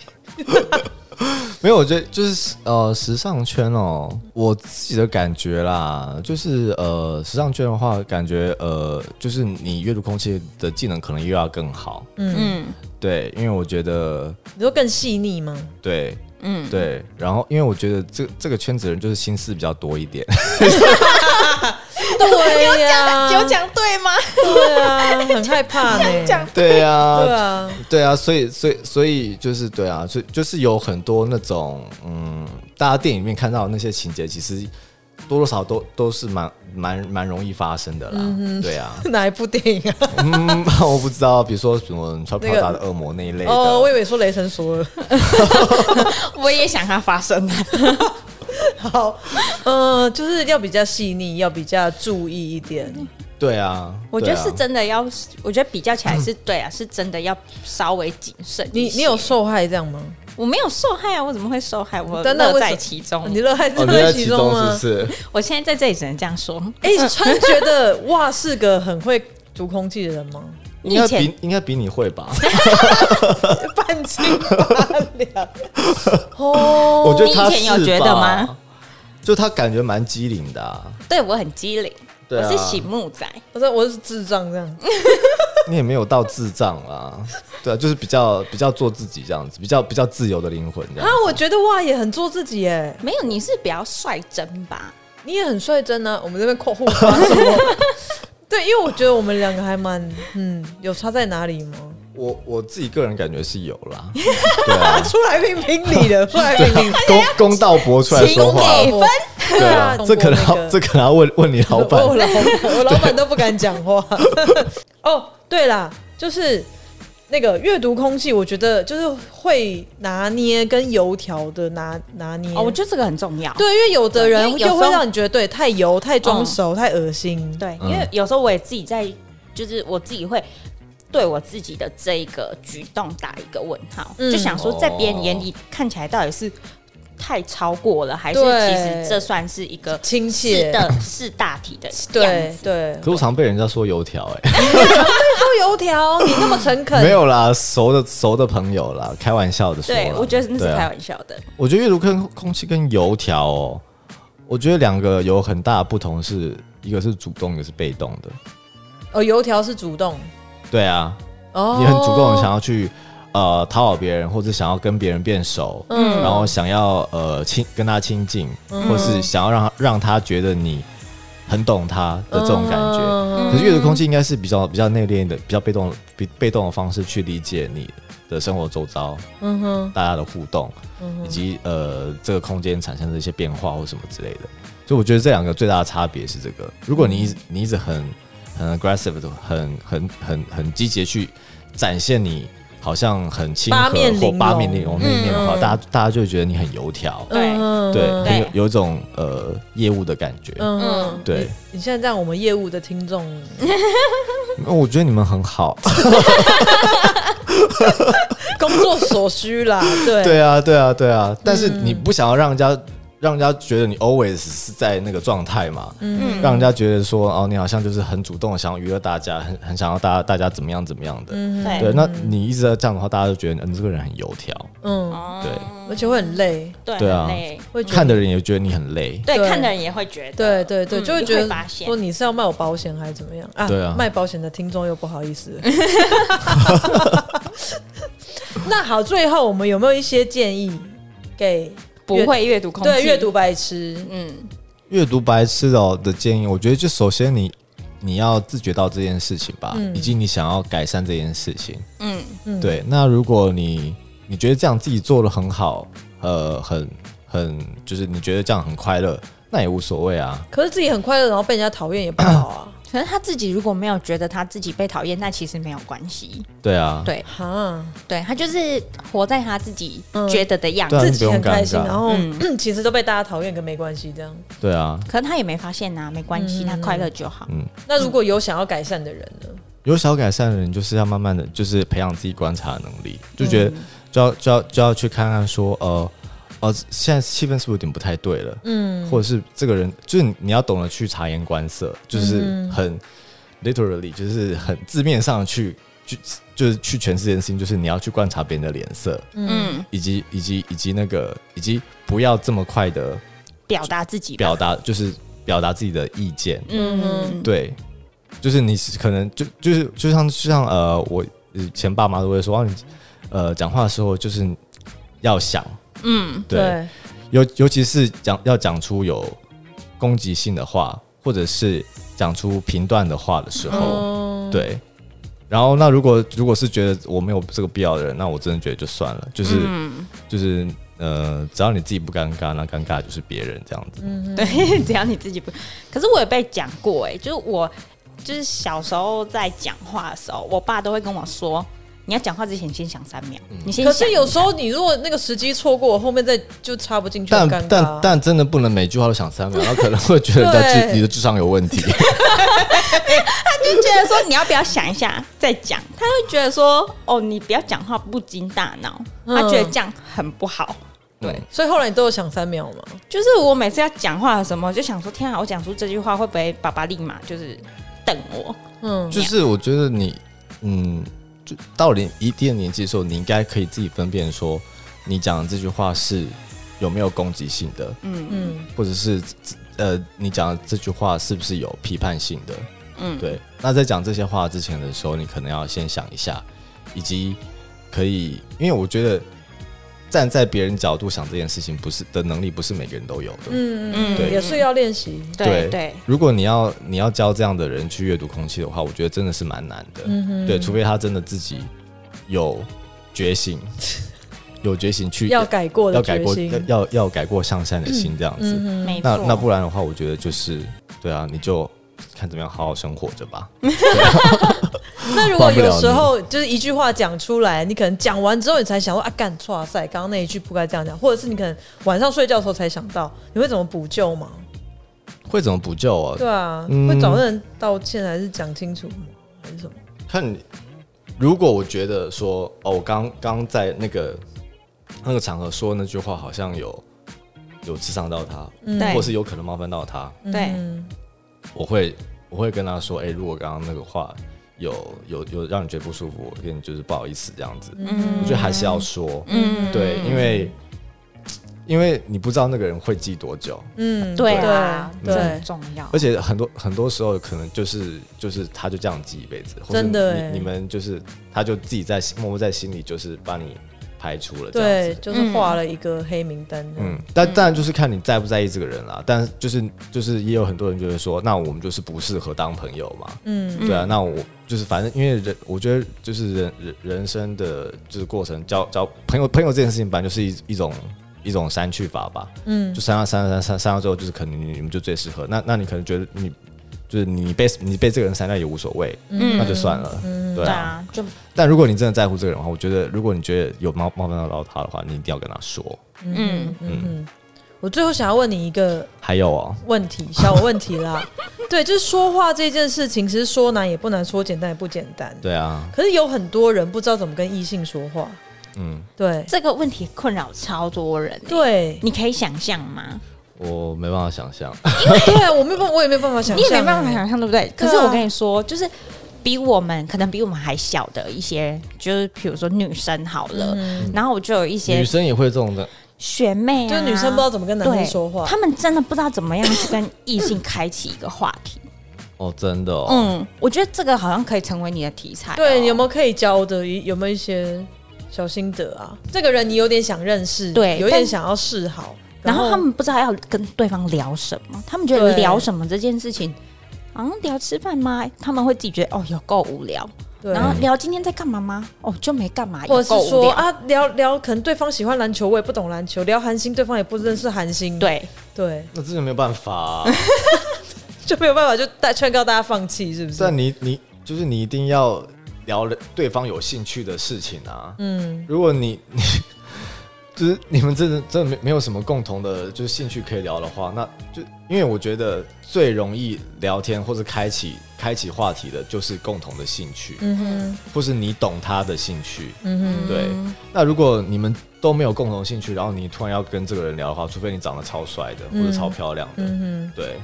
A: 没有，我觉得就是呃，时尚圈哦，我自己的感觉啦，就是呃，时尚圈的话，感觉呃，就是你阅读空气的技能可能又要更好，
C: 嗯
A: 对，因为我觉得
B: 你说更细腻 吗？
A: 对
C: 嗯，
A: 对，然后因为我觉得这这个圈子的人就是心思比较多一点，
B: 对呀、
C: 有讲 对吗？
B: 对啊，很害怕呢、
C: 讲
A: 对呀、
B: 对啊，
A: 对啊，所以所以所以就是对啊，所以就是有很多那种嗯，大家电影里面看到的那些情节，其实多多少少都都是蛮蛮蛮容易发生的啦。
C: 嗯
A: 对啊，
B: 哪一部电影 啊？
A: 嗯， 我不知道，比如说什么穿
B: 那
A: 跑
B: 个
A: 达的恶魔那一类的，
B: 哦，我以为说雷神索尔。
C: 我也想它发生。
B: 好， 呃，就是要比较细腻，要比较注意一点。
A: 对啊，
C: 我觉得
A: 对啊
C: 是真的要，我觉得比较起来是对啊，是真的要稍微谨慎。
B: 你你有？受害这样吗？
C: 我没有受害啊，我怎么会受害？我
B: 真的
C: 乐
B: 为
C: 在
B: 什
C: 其中。
B: 你乐害
A: 哦，
B: 自
A: 你在
B: 在
A: 其
B: 其
A: 中
B: 中
A: 是
C: 啊
A: 不
B: 吗？
A: 是？
C: 我现在在这里只能这样说。
B: 哎、川觉得 哇是个很会读空气的人吗？
C: 你
A: 应
C: 以
A: 该
C: 前
A: 比应该比你会 吧？
B: 半斤八两哦，
A: 我觉得他
C: 你以前有
A: 是
C: 觉得
A: 吧
C: 吗？
A: 就他感觉蛮机灵的啊、
C: 对我很机灵，
A: 对啊
C: 我是醒目仔。
B: 我说我是智障这样，
A: 你也没有到智障啦，对啊，就是比较比较做自己这样子，比较比较自由的灵魂这样
B: 啊。，我觉得哇也很做自己耶，
C: 没有，你是比较率真吧？
B: 你也很率真啊。我们这边括弧发说， 对，因为我觉得我们两个还蛮嗯，有差在哪里吗？
A: 我我自己个人感觉是有啦，对 啊，
B: 出来评评理的，出来 评评理。
A: 公公道伯出来说话，
C: 请给分
A: 对啊，这可能要这可能要问问你老板
B: 我，哦 老板，我老板都不敢讲话。 哦，对啦，就是那个阅读空气，我觉得就是会拿捏跟油条的拿拿捏。
C: 哦，我觉得这个很重要。
B: 嗯对，因为有的人
C: 对因为有时
B: 就
C: 候
B: 会让你觉得对太油、太装熟、太恶心。
C: 对，
A: 嗯
C: 因为有时候我也自己在，就是我自己会对我自己的这一个举动打一个问号，
B: 嗯
C: 就想说在别人眼里看起来到底是太超过了，还是其实
B: 对
C: 这算是一个
B: 亲
C: 是
B: 切，
C: 的是大体的样
B: 对
C: 子。
B: 对，
A: 可我常被人家说油条 哎、
B: 说油条，你那么 诚恳，
A: 没有啦，熟的熟的朋友啦，开玩笑的说啦，
C: 对，我觉得那是
A: 对啊
C: 开玩笑的。
A: 我觉得阅读跟空气跟油条哦，我觉得两个有很大的不同是，一个是主动，一个是被动的。
B: 哦，油条是主动，
A: 对啊，
B: 哦，
A: 你很主动地想要去呃讨好别人，或者想要跟别人变熟，
B: 嗯
A: 然后想要呃亲跟他亲近，或是想要让他让他觉得你很懂他的这种感觉。
B: 嗯
A: 可是阅读空气应该是比较比较内敛的、比较被动、比被动的方式去理解你的生活周遭
B: 嗯哼，嗯
A: 大家的互动，以及呃这个空间产生的一些变化或什么之类的。所以我觉得这两个最大的差别是这个。如果你一直你一直很很 aggressive 的、很很很很积极地去展现你好像很亲
B: 八
A: 和
B: 面
A: 或
B: 玲
A: 八
B: 珑
A: 面玲珑那一面的话，
B: 嗯
A: 大家大家就会觉得你很油条，
C: 对
B: 嗯
A: 对，很有
C: 对
A: 有一种呃业务的感觉。
B: 嗯
C: 嗯
A: 对
B: 你你现在让我们业务的听 众，
A: 那我觉得你们很好，
B: 工作所需啦，对，嗯
A: 对啊，对啊，对啊。但是你不想要让人家让人家觉得你 always 是在那个状态嘛，
C: 嗯
A: 让人家觉得说哦，你好像就是很主动地想要娱乐大家，很很想要大家大家怎么样怎么样的。
B: 嗯
C: 对
A: 对，那你一直在这样的话，大家就觉得你这个人很油条，
B: 嗯，
C: 哦
B: 而且会很累，
C: 对
A: 对啊
C: 很累
B: 会觉得
A: 看的人也觉得你很累。
C: 对
B: 对
C: 看的人也会觉
B: 对
C: 得，
B: 对对，
C: 嗯
B: 就会
C: 你
B: 觉
C: 会
B: 得
C: 发现
B: 说你是要卖我保险还是怎么样啊？
A: 对啊
B: 卖保险的听众又不好意思。 那好，最后我们有没有一些建议给
C: 不会阅读空气，
B: 对阅读白痴？
C: 嗯，
A: 阅读白痴哦的建议，我觉得就首先你你要自觉到这件事情吧，以及你想要改善这件事情。
C: 嗯
B: 嗯
A: 对，那如果你你觉得这样自己做的很好，呃，很很就是你觉得这样很快乐，那也无所谓啊。
B: 可是自己很快乐，然后被人家讨厌也不好 啊。
C: 可是他自己如果没有觉得他自己被讨厌，那其实没有关系。
A: 对啊，
C: 对
B: 哈，
C: 对他就是活在他自己
B: 嗯
C: 觉得的样
A: 对啊
C: 子，
B: 自
A: 你不
B: 己
A: 用
B: 很开心，
A: 尴尬
B: 然后、
C: 嗯
B: 其实都被大家讨厌，跟没关系这样。
A: 对啊，
C: 可是他也没发现呐、啊没关系，他快乐就好。
B: 那如果有想要改善的人呢？
A: 有小改善的人就是要慢慢的，就是培养自己观察的能力，就觉得就要就要就要去看看说，呃。呃，现在气氛是不是有点不太对了？嗯，或者是这个人，就是你你要懂得去察言观色，就是很、literally，就是很字面上去去就是去诠释这件事情，就是你要去观察别人的脸色，
C: 嗯，
A: 以及以及以及那个以及不要这么快的
C: 表达自己吧。
A: 表达，就是表达自己的意见。
C: 嗯，
A: 对，就是你是可能就就是就像就像呃，我以前爸妈都会说，啊、你呃讲话的时候就是要想，嗯，对，尤尤其是讲要讲出有攻击性的话，或者是讲出评断的话的时候，
B: 嗯，
A: 对。然后，那如果如果是觉得我没有这个必要的人，那我真的觉得就算了，就是、
C: 嗯
A: 就是呃，只要你自己不尴尬，那尴尬就是别人这样
B: 嗯
A: 子。
C: 对， 只要你自己不。可是我也被讲过、哎，就是我就是小时候在讲话的时候，我爸都会跟我说，你要讲话之前先想三秒，
A: 嗯
C: 你先
B: 可
C: 想。
B: 是有时候你如果那个时机错过，后面再就插不进去，很
A: 但
B: 尴尬啊。
A: 但但真的不能每句话都想三秒，那可能会 觉得在
B: 对
A: 智你的智商有问 题。
C: 就觉得说你要不要想一下再讲，他会觉得说哦，你不要讲话不经大脑，
B: 嗯
C: 他觉得这样很不好。
A: 对，
B: 所以后来你都有想三秒吗？
C: 就是我每次要讲话的什么，我就想说天啊，我讲出这句话会不会爸爸立马就是瞪我？
B: 嗯，
A: 就是我觉得你，嗯，就到了一定的年纪的时候，你应该可以自己分辨说，你讲的这句话是有没有攻击性的，
C: 嗯
B: 嗯
A: 或者是呃，你讲的这句话是不是有批判性的？
C: 嗯，
A: 对，那在讲这些话之前的时候，你可能要先想一下，以及可以，因为我觉得站在别人角度想这件事情，不是的能力，不是每个人都有的。
B: 嗯嗯，
C: 嗯
A: 对
B: 也是要练习。
C: 对对，
A: 如果你要你要教这样的人去阅读空气的话，我觉得真的是蛮难的。
B: 嗯
A: 对，除非他真的自己有决 心，有决心去
B: 要改过的
A: 要改
B: 决
A: 过
B: 心嗯
A: 要，要要改过向善的心这样子。
C: 没
A: 那
C: 错。
A: 那不然的话，我觉得就是对啊，你就看怎么样好好生活着吧。
B: 那如果
A: 帮不了
B: 有
A: 你
B: 时候就是一句话讲出来，你可能讲完之后，你才想说啊，干错塞，刚刚那一句不该这样讲，或者是你可能晚上睡觉的时候才想到，你会怎么补救吗？
A: 会怎么补救啊？
B: 对啊，
A: 嗯
B: 会找那人道歉还是讲清楚吗？还是什么？
A: 看你，如果我觉得说，哦，我刚刚在那个那个场合说那句话，好像有有刺伤到他，
C: 对
A: 或是有可能冒犯到他，
C: 对
B: 嗯
A: 我会我会跟他说，哎、如果刚刚那个话有有有让你觉得不舒服，我跟你就是不好意思这样
B: 嗯
A: 子，我觉得还是要说，
C: 嗯
A: 对，因为因为你不知道那个人会记多久，
B: 嗯，
C: 对啊，
B: 对
C: 这
B: 对
C: 很重要
A: 而。且很多很多时候可能就是就是他就这样记一辈子，或者
B: 真的欸
A: 你你们就是他就自己在心默默在心里就是把你排除了这样
B: 对，
A: 子。
B: 就是画了一个黑名单。
A: 嗯，但当然就是看你在不在意这个人啦。但就是就是也有很多人就会说，那我们就是不适合当朋友嘛。
B: 嗯
A: 对啊，那我就是反正因为人，我觉得就是人人人生的就是过程交交朋友朋友这件事情，本来就是一一种一种删去法吧。
B: 嗯
A: 就删到删到删删删到最后，就是可能你你们就最适合。那那你可能觉得你就是你被你被这个人删掉也无所谓，
B: 嗯
A: 那就算了。对
C: 对
A: 啊。
C: 啊，就
A: 但如果你真的在乎这个人的话，我觉得如果你觉得有冒冒犯到他的话，你一定要跟他说。
C: 嗯，
B: 我最后想要问你一个
A: 还有哦，
B: 问题，小问题啦。 对，就是说话这件事情，其实说难也不难，说简单也不简单。
A: 对啊，
B: 可是有很多人不知道怎么跟异性说话，
A: 嗯，
B: 对
C: 这个问题困扰超多人、欸。，
B: 对
C: 你可以想象吗？
A: 我没办法想象，
B: 对啊，我没有办，我也没有办法想象，
C: 你也没办法想象，对不对？可是
B: 对啊
C: 我跟你说，就是比我们可能比我们还小的一些，就是比如说女生好了，
B: 嗯
C: 嗯然后我就有一些
A: 女生也会这种的，
C: 学妹、啊，
B: 就是女生不知道怎么跟男生
C: 对
B: 说话
C: 他。们真的不知道怎么样去跟异性开启一个话题。
A: 哦，真的 哦，
C: 嗯，我觉得这个好像可以成为你的题材哦、
B: 对，你有没有可以教的？有没有一些小心得啊？这个人你有点想认识，
C: 对
B: 有点
C: 但
B: 想要示好，
C: 然后他们不知道要跟对方聊什么，他们觉得
B: 对
C: 聊什么这件事情，好像聊吃饭吗？他们会自己觉得哦，有够无聊。
B: 对
C: 然。后聊今天在干嘛吗？哦，就没干嘛，
B: 或
C: 有
B: 者
C: 够
B: 是
C: 无
B: 说
C: 聊。
B: 啊，聊聊，可能对方喜欢篮球，我也不懂篮球；聊韩星，对方也不认识韩星。
C: 对，
B: 对，
A: 那真的没有办法啊、
B: 就没有办法，就大劝告大家放弃，是不是？
A: 但你你就是你一定要聊对方有兴趣的事情啊。嗯，如果你 你就是你们真的真的没没有什么共同的就是兴趣可以聊的话，那就因为我觉得最容易聊天或者开启开启话题的就是共同的兴趣，嗯哼，或是你懂他的兴趣，嗯哼，对。那如果你们都没有共同兴趣，然后你突然要跟这个人聊的话，除非你长得超帅的或者超漂亮的，嗯哼，对，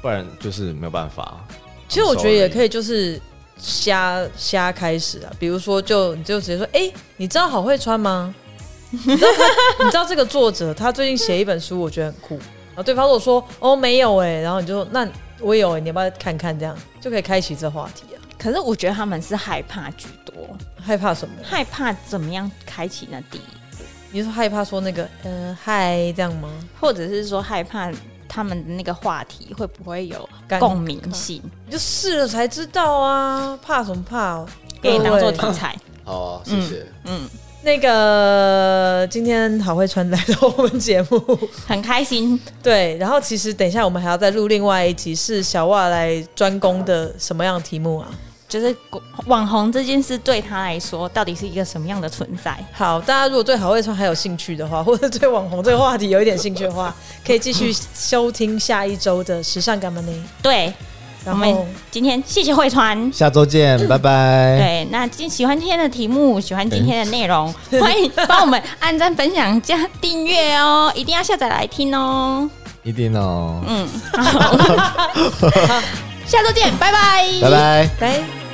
A: 不然就是没有办法。
B: 其实我觉得也可
A: 以。
B: 以，就是瞎瞎开始啊，比如说就你就直接说，哎、你知道好会穿吗？你知道他， 你知道这个作者他最近写一本书，我觉得很酷。然后对方如果说哦没有哎、然后你就说那我也有哎、你要不要看看？这样就可以开启这话题啊。
C: 可是我觉得他们是害怕居多，
B: 害怕什么？
C: 害怕怎么样开启那第一步，
B: 你是说害怕说那个呃嗨这样吗？
C: 或者是说害怕他们的那个话题会不会有
B: 尴尬
C: 共鸣性，
B: 你就试了才知道啊，怕什么怕、哦？
C: 可以当做题
B: 各位
C: 材。
A: 好、啊，谢谢。
B: 那个今天好会穿来到我们节目。
C: 很开心，
B: 对，然后其实等一下我们还要再录另外一集，是小袜来专攻的什么样的题目啊？
C: 就是网红这件事对他来说到底是一个什么样的存在？
B: 好，大家如果对好会穿还有兴趣的话， 或者对网红这个话题有一点兴趣的话，可以继续收听下一周的时尚干嘛呢？
C: 对，我
B: 然后
C: 们今天谢谢慧川。
A: 下周见，拜拜。
C: 对，那今喜欢今天的题目，喜欢今天的内 容，欢迎帮我们按赞、分享、加订阅哦，一定要下载来听哦。
A: 一定哦，
C: 嗯，好 下周见，拜拜，
A: 拜拜。
B: 来。